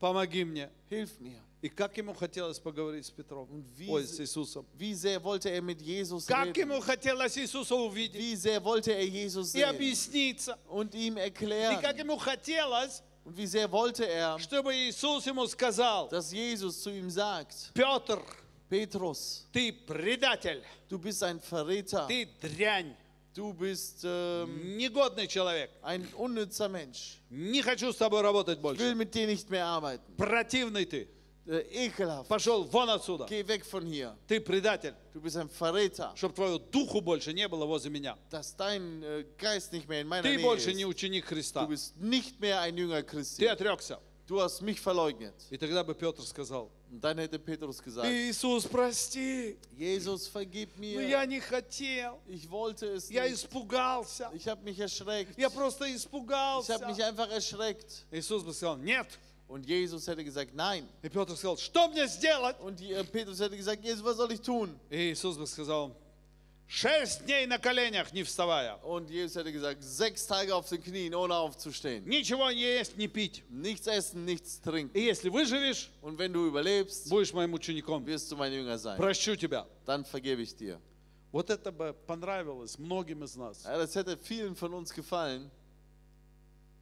A: помоги мне.
B: hilf mir.
A: И как ему хотелось поговорить с Петром,
B: wie-
A: ой, с Иисусом.
B: Wie sehr wollte er mit Jesus
A: Как
B: reden?
A: ему хотелось Иисуса увидеть
B: Wie sehr wollte er Jesus
A: и
B: sehen
A: объясниться.
B: und ihm
A: И как
B: erklären?
A: ему хотелось,
B: Und wie sehr wollte er,
A: чтобы Иисус ему сказал,
B: dass Jesus zu ihm sagt,
A: Петр,
B: Petrus,
A: ты предатель,
B: du bist ein Verräter,
A: ты дрянь,
B: du bist ähm,
A: негодный человек.
B: ein unnützer Mensch.
A: Не хочу с тобой работать
B: Ich will
A: больше.
B: mit dir nicht mehr arbeiten.
A: Противный ты.
B: Äh, ekelhaft.
A: Пошел вон отсюда.
B: Geh weg von hier.
A: Ты предатель.
B: Du bist ein Verräter,
A: Чтоб твою духу больше не было возле меня.
B: dass dein äh, Geist nicht mehr in meiner
A: Ты
B: Nähe
A: больше не
B: ist.
A: ученик
B: Du
A: Христа.
B: bist nicht mehr ein Jünger
A: Ты
B: Christi.
A: отрекся.
B: Du hast mich verleugnet.
A: И тогда бы Петр сказал,
B: Und dann hätte Petrus gesagt,
A: Иисус, прости,
B: Jesus, vergib
A: но
B: mir.
A: я не хотел.
B: Ich wollte es
A: Я
B: nicht.
A: испугался.
B: Ich habe mich erschreckt.
A: Я
B: Ich
A: просто
B: habe mich
A: испугался.
B: einfach erschreckt.
A: Иисус бы сказал, нет.
B: Und Jesus hätte gesagt, nein.
A: И Петр сказал, что мне сделать?
B: Und die, äh, Petrus hätte gesagt, Jesus, was soll ich tun?
A: И Иисус бы сказал, шесть дней на коленях, не вставая.
B: Und Jesus hätte gesagt, sechs Tage auf den Knien, ohne aufzustehen.
A: Ничего не есть, не пить.
B: Nichts essen, nichts trinken.
A: И если выживешь,
B: Und wenn du überlebst,
A: будешь моим учеником.
B: wirst du mein Jünger sein.
A: Прощу тебя.
B: Dann vergebe ich dir.
A: Вот это бы понравилось многим из нас.
B: Ja, das hätte vielen von uns gefallen,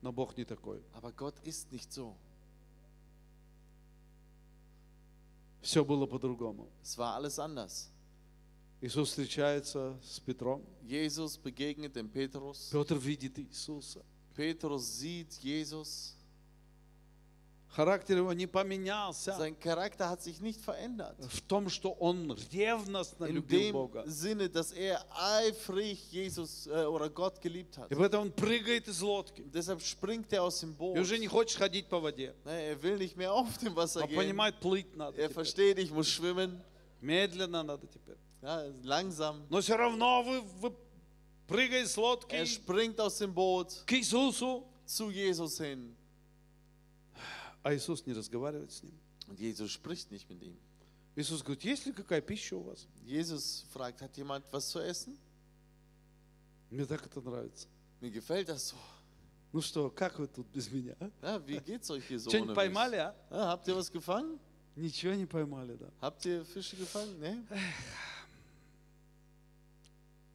A: Но Бог не такой.
B: aber Gott ist nicht so.
A: Все было по-другому.
B: Es war alles anders.
A: Иисус встречается с Петром.
B: Jesus begegnet dem Petrus.
A: Петр видит Иисуса.
B: Petrus sieht Jesus.
A: Характер его не поменялся
B: Sein Charakter hat sich nicht verändert.
A: в том, что он ревностно
B: In
A: любил
B: dem
A: Бога.
B: Sinne, dass er eifrig Jesus äh, oder Gott geliebt hat.
A: И поэтому он прыгает из лодки.
B: Und deshalb springt er aus dem
A: И уже
B: Boot.
A: не хочет ходить по воде.
B: Ne, Er will nicht mehr auf dem Wasser
A: А
B: gehen.
A: понимает, плыть надо
B: Er
A: теперь.
B: versteht, ich muss schwimmen.
A: Медленно надо теперь.
B: Ja, langsam.
A: Но все равно вы, вы прыгаете с лодки
B: Er springt aus dem Boot
A: к Иисусу.
B: zu Jesus hin.
A: А Иисус не разговаривает с ним.
B: Und Jesus spricht nicht mit ihm.
A: Иисус говорит, есть ли какая пища у вас?
B: Jesus fragt, hat jemand was zu essen?
A: Мне так это нравится.
B: Mir gefällt das so.
A: Ну что, как вы тут без меня? а?
B: Ja, wie geht's euch hier so ohne
A: Что-нибудь
B: mich?
A: поймали, а?
B: Ja, habt ihr was gefangen?
A: Ничего не поймали, да.
B: Habt ihr Fische gefangen? Ne?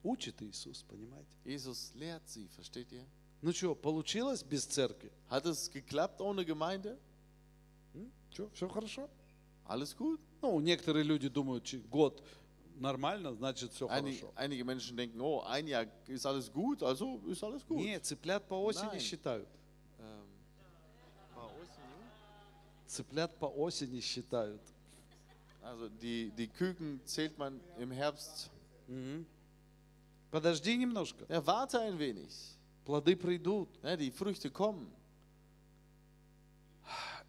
A: Учит Иисус, понимаете?
B: Jesus lehrt sie, versteht ihr?
A: Ну что, получилось без церкви?
B: Hat es geklappt ohne Gemeinde?
A: Что, все хорошо?
B: Alles gut?
A: Ну, некоторые люди думают, че- год нормально, значит все
B: Einig,
A: хорошо.
B: einige Menschen denken, oh, ein Jahr ist alles gut, also ist alles gut. Ähm,
A: Нет, цыплят по осени
B: Nein.
A: считают.
B: Ähm,
A: цыплят по осени считают.
B: Also die, die Küken zählt man im Herbst.
A: Подожди немножко.
B: Ja, warte ein wenig.
A: Плоды придут.
B: Ja, die Früchte kommen.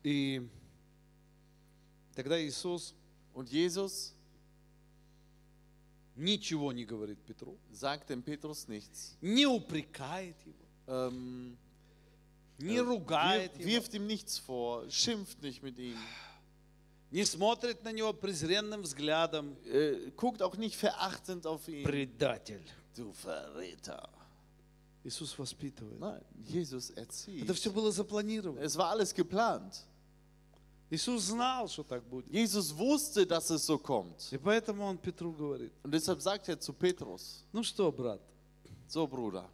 A: И тогда Иисус
B: Und Jesus
A: ничего не говорит Петру,
B: sagt dem Petrus nichts.
A: не упрекает его,
B: Ähm,
A: не ругает
B: wirft,
A: его,
B: wirft ihm nichts vor, schimpft nicht mit ihm.
A: не смотрит на него презренным взглядом.
B: Äh, guckt auch nicht verachtend auf ihn.
A: Предатель.
B: Du Verräter.
A: Иисус воспитывает.
B: Nein, Jesus
A: Это
B: erzieht.
A: все было запланировано.
B: Es war alles geplant.
A: Иисус знал, что так будет.
B: Jesus wusste, dass es so kommt.
A: И поэтому он Петру говорит,
B: Und deshalb sagt er zu Petrus,
A: ну что, брат,
B: so Bruder,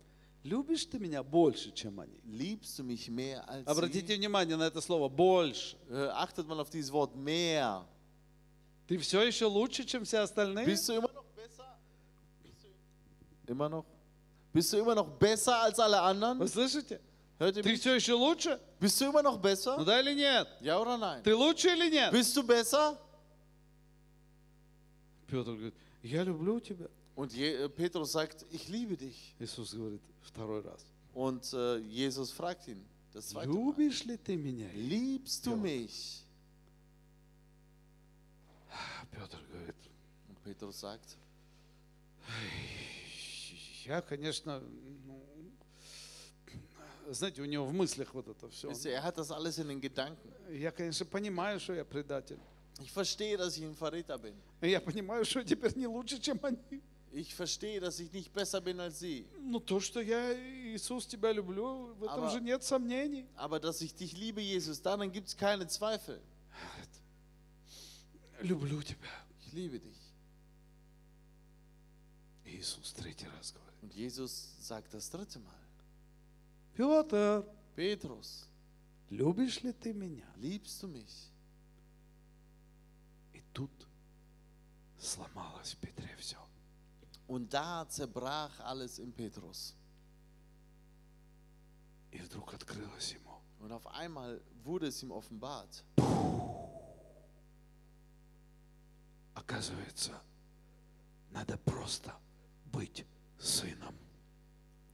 A: любишь ты меня больше, чем они?
B: liebst du mich mehr als sie?
A: Обратите внимание на это слово «больше».
B: Äh, achtet mal auf dieses Wort mehr.
A: Ты все еще лучше, чем все остальные?
B: Bist du immer noch besser? Bist du Immer noch? Bist du immer noch besser als alle
A: Вы
B: anderen?
A: слышите?
B: Hört ihr
A: Ты
B: mich?
A: все еще лучше?
B: Bist du immer noch
A: Ну
B: besser?
A: да или нет?
B: Ja oder nein?
A: Ты лучше или нет?
B: Bist du besser?
A: Петр говорит, я люблю тебя.
B: Und Je äh, Petrus sagt, ich liebe dich.
A: Иисус говорит второй раз.
B: Und äh, Jesus fragt ihn, das zweite Mal,
A: Любишь ли ты меня? И
B: liebst du mich?
A: Петр А говорит,
B: Und Petrus sagt,
A: я, конечно, ну, знаете, у него в мыслях вот это все.
B: wisst ihr, er hat das alles in den Gedanken.
A: Я, конечно, понимаю, что я предатель.
B: Ich verstehe, dass ich ein Verräter bin.
A: Я понимаю, что я теперь не лучше, чем они.
B: Ich verstehe, dass ich nicht besser bin als sie.
A: Но то, что я, Иисус, тебя люблю, в этом
B: Ама-
A: же нет сомнений.
B: Aber dass ich dich liebe, Jesus, daran gibt es keine Zweifel.
A: Люблю тебя.
B: Ich liebe dich.
A: Иисус третий раз говорит.
B: Und Jesus sagt das dritte Mal,
A: Петр,
B: Petrus,
A: любишь ли ты меня?
B: liebst du mich?
A: И тут сломалось в Петре все.
B: Und da zerbrach alles in Petrus.
A: И вдруг открылось ему.
B: Und auf einmal wurde es ihm offenbart.
A: Оказывается, надо просто быть сыном.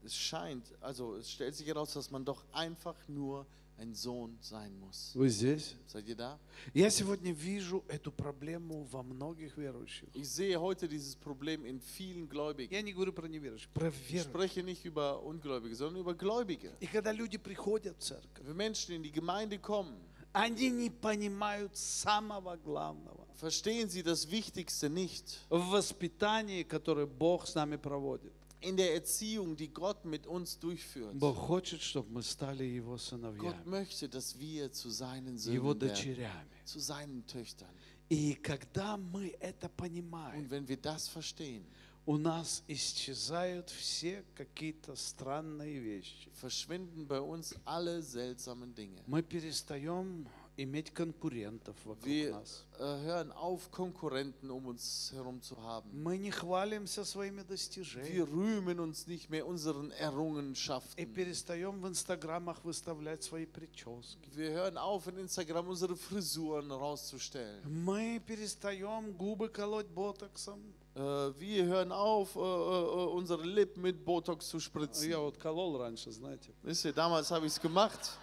B: Es scheint, also es stellt sich heraus, dass man doch einfach nur ein Sohn sein muss.
A: Вы здесь?
B: Seid ihr da?
A: Я сегодня вижу эту проблему во многих верующих.
B: Ich sehe heute dieses Problem in vielen Gläubigen.
A: Я не говорю про неверующих, про
B: Ich
A: верующих.
B: spreche nicht über Ungläubige, sondern über Gläubige.
A: И когда люди приходят в церковь,
B: Wenn Menschen in die Gemeinde kommen,
A: они не понимают самого главного
B: verstehen sie das Wichtigste nicht.
A: в воспитании, которое Бог с нами проводит.
B: In der Erziehung, die Gott mit uns durchführt.
A: Бог хочет, чтобы мы стали Его
B: Gott
A: сыновьями,
B: möchte, dass wir zu seinen
A: Его
B: Söhnen werden,
A: дочерями.
B: zu seinen Töchtern.
A: И когда мы это
B: Und
A: понимаем,
B: wenn wir das verstehen,
A: у нас исчезают все какие-то странные вещи.
B: verschwinden bei uns alle seltsamen Dinge.
A: Мы перестаем иметь конкурентов вокруг
B: Wir
A: нас.
B: äh, hören auf, Konkurrenten um uns herum zu haben.
A: Мы не хвалимся своими
B: Wir
A: достижениями
B: rühmen uns nicht mehr unseren
A: и
B: Errungenschaften.
A: перестаем в инстаграмах выставлять свои прически.
B: Wir hören auf, in Instagram unsere Frisuren rauszustellen.
A: Мы перестаем губы колоть ботоксом.
B: Äh, wir hören auf, äh, äh, äh, unsere Lippen mit Botox zu spritzen.
A: Ну, Я вот колол раньше, знаете.
B: Wisst ihr, damals habe ich es gemacht.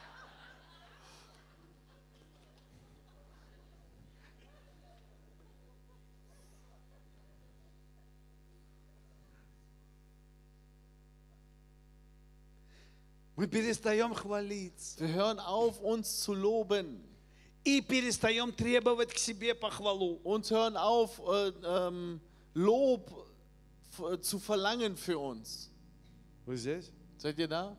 A: Мы перестаем хвалиться
B: Wir hören auf, uns zu loben
A: и перестаем требовать к себе похвалу.
B: und hören auf, äh, ähm, Lob f- äh, zu verlangen für uns.
A: Вы здесь?
B: Seid ihr da?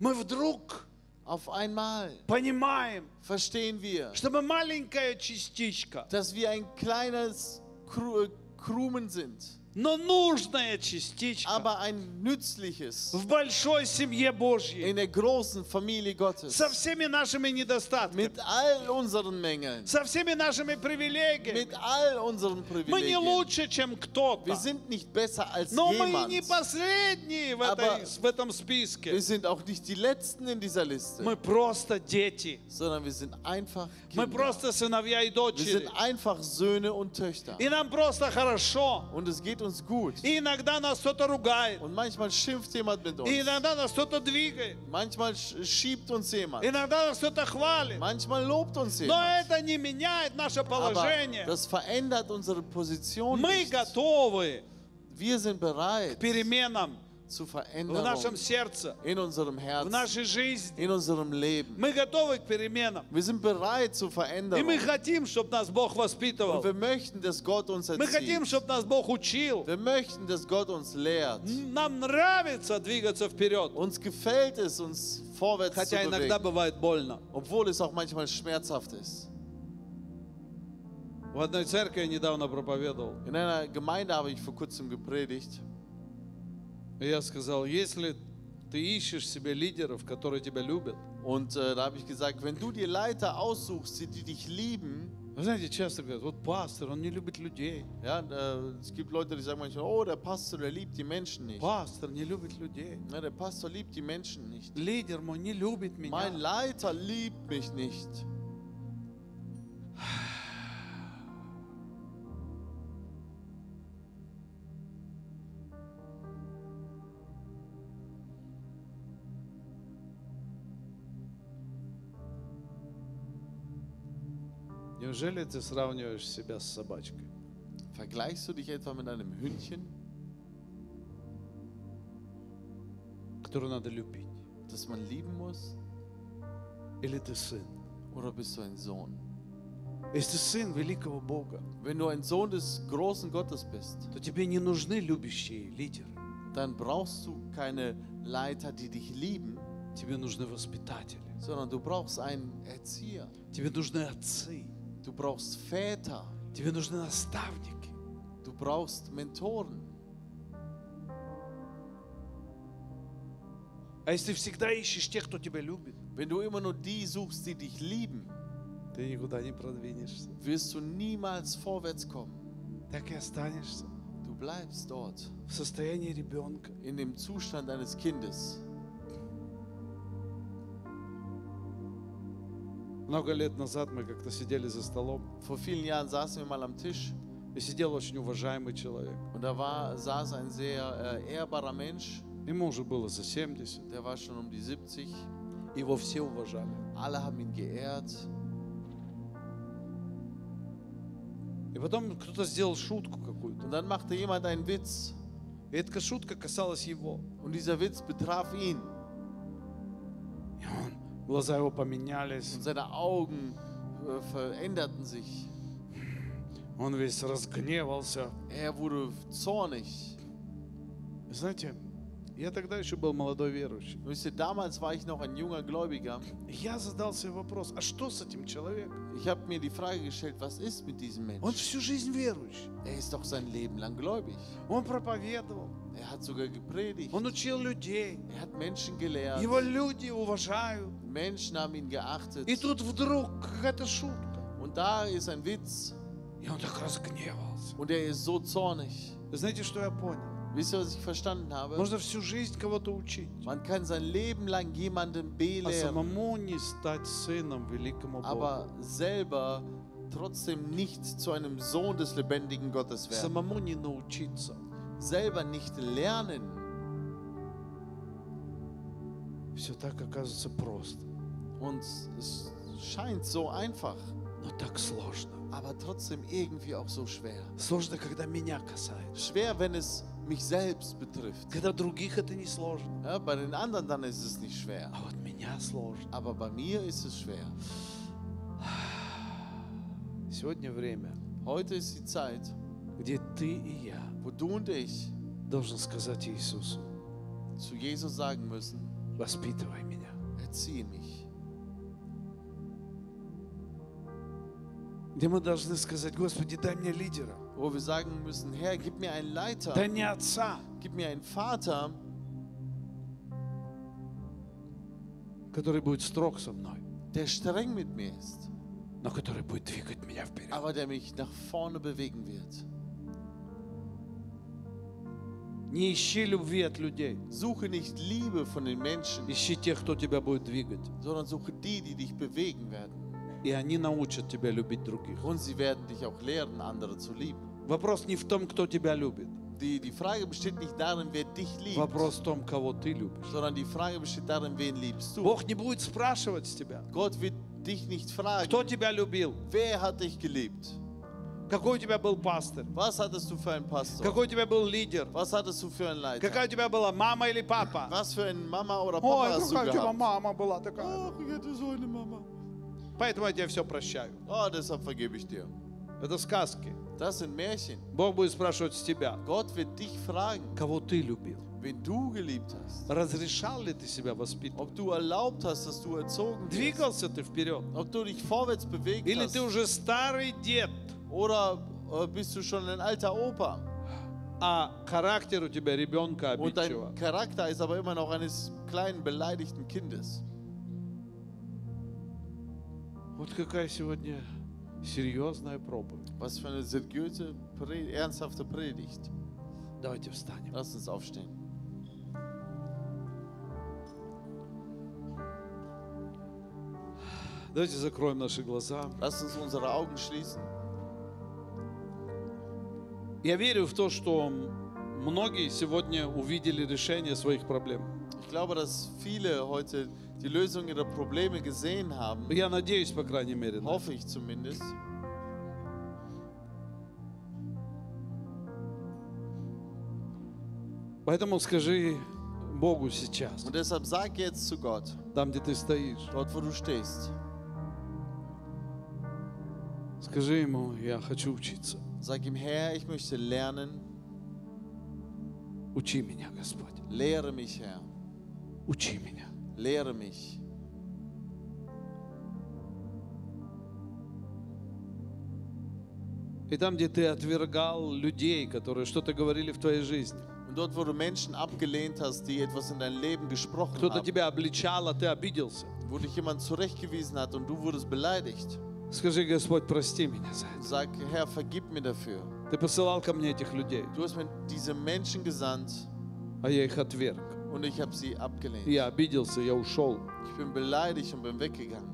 A: Мы вдруг
B: Auf einmal
A: понимаем,
B: verstehen wir,
A: что мы маленькая частичка
B: dass wir ein kleines Kru äh, Krumen sind
C: но нужная частичка
B: aber ein nützliches
C: в большой семье Божьей,
B: in der großen Familie Gottes.
C: со всеми нашими недостатками,
B: Mit all unseren Mängeln,
C: со всеми нашими привилегиями.
B: mit all unseren
C: Мы не
B: Privilegien.
C: лучше, чем
B: Wir
C: кто-то,
B: sind nicht besser als
C: но мы и не
B: jemand.
C: последние в,
B: Aber-
C: этой- в этом
B: Wir
C: списке.
B: sind auch nicht die Letzten in dieser
C: Мы
B: Liste,
C: просто дети.
B: sondern wir sind einfach
C: Мы
B: Kinder.
C: просто сыновья и
B: Wir
C: дочери.
B: sind einfach Söhne und Töchter.
C: И нам просто хорошо.
B: Und es geht uns gut.
C: И иногда нас кто-то ругает.
B: Und manchmal schimpft jemand mit uns.
C: И иногда нас кто-то двигает.
B: Manchmal sch- schiebt uns jemand.
C: Иногда нас кто-то хвалит.
B: Manchmal lobt uns
C: Но
B: jemand.
C: это не меняет наше
B: Aber
C: положение.
B: das verändert unsere Position.
C: Мы
B: Nicht.
C: готовы
B: Wir sind bereit
C: к переменам
B: zu
C: в нашем
B: Veränderungen
C: сердце,
B: in unserem
C: в
B: Herzen,
C: нашей жизни.
B: in unserem Leben.
C: Мы готовы к переменам.
B: Wir sind bereit zu
C: И мы
B: Veränderungen.
C: хотим, чтобы нас Бог
B: Und
C: воспитывал.
B: wir möchten, dass Gott uns
C: Мы хотим,
B: erzieht.
C: чтобы нас Бог учил.
B: Wir möchten, dass Gott uns lehrt.
C: Нам нравится двигаться вперед.
B: Uns gefällt es, uns vorwärts zu
C: Хотя иногда
B: bewegen.
C: бывает больно.
B: Obwohl es auch manchmal schmerzhaft ist.
A: В одной церкви я недавно проповедовал.
B: In einer Gemeinde habe ich vor kurzem gepredigt.
A: И я сказал, если ты ищешь себе лидеров, которые тебя любят,
B: Und äh, da habe ich gesagt, wenn du dir Leiter aussuchst, die, die dich lieben,
A: вы знаете, часто говорят, вот пастор, он не любит людей.
B: ja, äh, es gibt Leute, die sagen manchmal, oh, der Pastor, der liebt die Menschen nicht.
A: Пастор не любит людей.
B: Ne, der Pastor liebt die Menschen nicht.
A: Лидер мой не любит
B: Mein
A: меня.
B: Leiter liebt mich nicht.
A: Неужели ты сравниваешь себя с собачкой?
B: Vergleichst du dich etwa mit einem Hündchen,
A: которую надо любить?
B: das man lieben muss?
A: Или ты сын?
B: Oder bist du ein Sohn?
A: Если ты сын великого Бога,
B: Wenn du ein Sohn des großen Gottes bist,
A: то тебе не нужны любящие лидеры.
B: dann brauchst du keine Leiter, die dich lieben,
A: Тебе нужны воспитатели.
B: sondern du brauchst einen Erzieher.
A: Тебе нужны отцы.
B: Du brauchst Väter.
A: Тебе нужны наставники.
B: Du brauchst Mentoren.
A: А если ты всегда ищешь тех, кто тебя любит,
B: Wenn du immer nur die suchst, die dich lieben,
A: ты никуда не продвинешься.
B: wirst du niemals vorwärts kommen.
A: Так и останешься
B: Du bleibst dort,
A: в состоянии ребенка.
B: in dem Zustand eines Kindes.
A: Много лет назад мы как-то sидели за stolом,
B: Vor vielen Jahren saßen wir mal am Tisch
A: и сидел очень уважаемый человек.
B: und da war, saß ein sehr äh, ehrbarer Mensch,
A: Ему уже было за 70.
B: der war schon um die 70.
A: Его все уважали.
B: Alle haben ihn geehrt.
A: И потом кто-то сделал шутку какую-то.
B: Und dann machte jemand einen Witz
A: И эта шутка касалась его.
B: und dieser Witz betraf ihn.
A: И он- глаза его поменялись.
B: Und seine Augen äh, veränderten sich.
A: Он весь разгневался.
B: Er wurde zornig.
A: И Знаете, я тогда еще был молодой верующий.
B: Wisst ihr, damals war ich noch ein junger Gläubiger.
A: И Я задал себе вопрос, а что с этим человеком?
B: Ich habe mir die Frage gestellt, was ist mit diesem
A: Он
B: Menschen?
A: всю жизнь верующий.
B: Er ist doch sein Leben lang gläubig.
A: Он проповедовал.
B: Er hat sogar gepredigt.
A: Он учил людей.
B: Er hat Menschen gelehrt.
A: Его люди уважают.
B: Menschen haben ihn geachtet.
A: И тут вдруг какая-то шутка.
B: Und da ist ein Witz
A: И он так разгневался.
B: und er ist so zornig.
A: Знаете, что я понял?
B: Wisst ihr, was ich verstanden habe?
A: Можно всю жизнь кого-то учить,
B: Man kann sein Leben lang jemanden
A: а
B: belehren,
A: самому не стать сыном великому Богу.
B: aber selber trotzdem nicht zu einem Sohn des lebendigen Gottes werden.
A: Самому не научиться.
B: Selber nicht lernen.
A: Все так оказывается просто,
B: Und es scheint so einfach,
A: но так сложно.
B: aber trotzdem irgendwie auch so schwer.
A: Сложно, когда меня касается.
B: Schwer, wenn es mich selbst betrifft.
A: Когда других это не сложно.
B: Ja, bei den anderen dann ist es nicht schwer.
A: А вот меня сложно.
B: Aber bei mir ist es schwer.
A: Сегодня время,
B: Heute ist die Zeit,
A: где ты и я
B: wo du und ich
A: должен сказать Иисусу,
B: zu Jesus sagen müssen,
A: воспитывай меня.
B: erziehe mich.
A: где мы должны сказать, Господи, дай мне лидера,
B: wo wir sagen müssen, Herr, gib mir einen Leiter,
C: дай мне отца,
B: gib mir einen Vater,
A: который будет строг со мной,
B: der streng mit mir ist,
A: но который будет двигать меня вперед.
B: aber der mich nach vorne bewegen wird.
C: Не ищи любви от людей.
B: Suche nicht Liebe von den Menschen,
C: Ищи тех, кто тебя будет двигать.
B: sondern suche die, die dich bewegen werden.
C: И они научат тебя любить других.
B: Und sie werden dich auch lehren, andere zu lieben.
C: Вопрос не в том, кто тебя любит.
B: Die, die Frage besteht nicht darin, wer dich liebt,
C: Вопрос в том, кого ты любишь.
B: sondern die Frage besteht darin, wen liebst du.
C: Бог не будет спрашивать с тебя,
B: Gott wird dich nicht
C: кто
B: fragen,
C: тебя любил,
B: wer hat dich geliebt?
C: какой у тебя был пастор,
B: Was hattest du für einen Pastor?
C: какой у тебя был лидер,
B: Was hattest du für einen Leiter?
C: какая у тебя была мама или папа.
B: Was für einen Mama oder Papa
C: Ой,
B: hast du
C: какая у тебя
B: gehabt?
C: мама была такая.
B: Ach, ich hatte so eine Mama.
C: Поэтому я тебе все прощаю.
B: Oh, deshalb vergebe ich dir.
C: Это сказки.
B: Das sind Märchen.
C: Bог будет спрашивать с тебя,
B: Gott wird dich fragen,
C: кого ты любил.
B: wen du geliebt hast.
C: Разрешал ли ты себя воспитывать?
B: Ob du erlaubt hast, dass du erzogen wirst.
C: Двигался ты вперед?
B: Ob du dich vorwärts bewegt
C: Или ты
B: hast.
C: уже старый дед,
B: Oder äh, bist du schon ein alter Opa.
C: а характер у тебя ребенка
B: Und
C: обидчивого?
B: dein Charakter ist aber immer noch eines kleinen, beleidigten Kindes.
A: Вот какая сегодня серьезная проповедь.
B: Was für eine seriöse, pre ernsthafte Predigt.
A: Давайте встанем.
B: Lass uns aufstehen.
A: Давайте закроем наши глаза.
B: Lass uns unsere Augen schließen.
A: Я верю в то, что многие сегодня увидели решение своих проблем.
B: Ich glaube, dass viele heute die Lösung ihrer Probleme gesehen haben.
A: Я надеюсь, по крайней мере. на это.
B: Hoffe ich zumindest.
A: Поэтому скажи Богу сейчас,
B: Und deshalb sag jetzt zu Gott,
A: там, где ты стоишь,
B: dort wo du stehst,
A: скажи Ему, я хочу учиться.
B: sag ihm, Herr, ich möchte lernen,
A: Учи меня, Господь.
B: lehre mich, Herr,
A: Учи меня.
B: lehre mich.
A: И там, где ты отвергал людей, которые что-то говорили в твоей жизни,
B: Und dort, wo du Menschen abgelehnt hast, die etwas in dein Leben gesprochen
A: кто-то
B: haben,
A: тебя обличал, а ты обиделся,
B: wo dich jemand zurechtgewiesen hat und du wurdest beleidigt,
A: скажи, Господь, прости меня за это.
B: sag, Herr, vergib mir dafür.
A: Ты посылал ко мне этих людей,
B: Du hast mir diese Menschen gesandt
A: а я их отверг.
B: und ich habe sie abgelehnt.
A: Я обиделся, я ушел.
B: Ich bin beleidigt und bin weggegangen.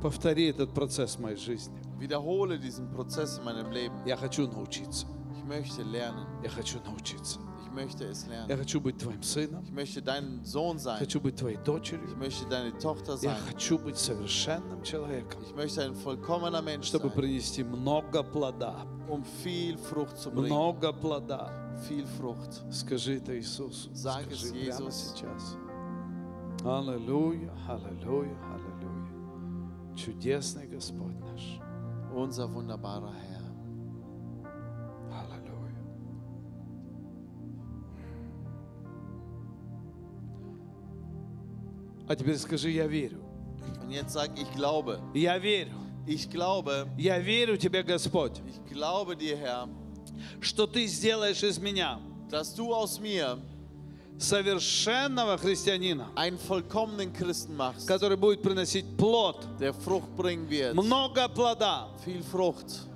A: Повтори этот процесс в моей жизни.
B: Wiederhole diesen Prozess in meinem Leben.
A: Я хочу научиться.
B: Ich möchte lernen.
A: Я хочу научиться.
B: Ich möchte es
A: Я
B: lernen.
A: хочу быть твоим сыном.
B: Ich möchte dein Sohn sein.
A: Хочу быть твоей
B: Ich
A: дочерью.
B: möchte deine Tochter
A: Я
B: sein.
A: хочу быть совершенным человеком,
B: Ich möchte ein vollkommener Mensch
A: чтобы
B: sein,
A: принести много плода.
B: um viel Frucht zu bringen.
A: Много плода.
B: Viel Frucht.
A: Скажи это Иисусу.
B: Sag es
A: Скажи прямо
B: Jesus.
A: сейчас. Аллилуйя, аллилуйя, аллилуйя. Чудесный Господь наш.
B: Unser wunderbarer Herr.
A: Аллилуйя. А теперь скажи, я верю.
B: Und jetzt sag ich glaube.
C: Я верю,
B: Ich glaube,
C: я верю тебе, Господь,
B: ich glaube dir, Herr,
C: что ты сделаешь из меня
B: dass du aus mir
C: совершенного христианина,
B: einen vollkommenen Christen machst,
C: который будет приносить плод,
B: der Frucht bringen wird.
C: много плода
B: Viel Frucht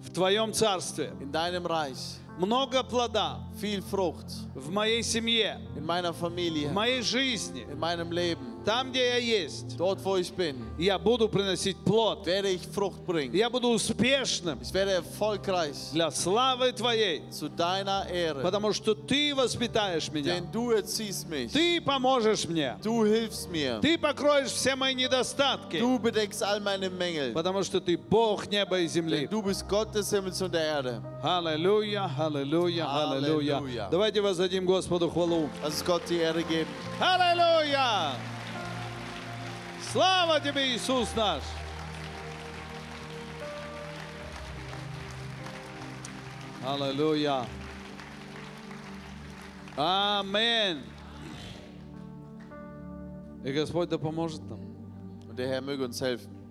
C: в твоем царстве,
B: in deinem Reich.
C: много плода
B: Viel Frucht
C: в моей семье,
B: in meiner
C: в
B: Familie,
C: моей жизни,
B: in meinem Leben.
C: там, где я есть.
B: Dort, wo ich bin,
C: Я буду приносить плод.
B: werde ich Frucht bringen.
C: Я буду успешным
B: Ich werde erfolgreich
C: для славы твоей,
B: zu deiner Ehre.
C: потому что ты воспитаешь меня.
B: Denn du erziehst mich.
C: Ты поможешь мне.
B: Du hilfst mir.
C: Ты покроешь все мои недостатки,
B: Du bedeckst all meine Mängel.
C: потому что ты Бог неба и земли.
B: Denn du bist Gott des Himmels und der Erde.
A: Аллилуйя, аллилуйя, аллилуйя.
B: Аллилуйя.
A: Давайте воздадим Господу хвалу.
B: Lass uns Gott die Ehre geben.
C: Аллилуйя! Слава тебе, Иисус наш!
A: Аллилуйя.
C: Аминь!
A: И Господь да поможет нам.
B: Und der Herr möge uns helfen.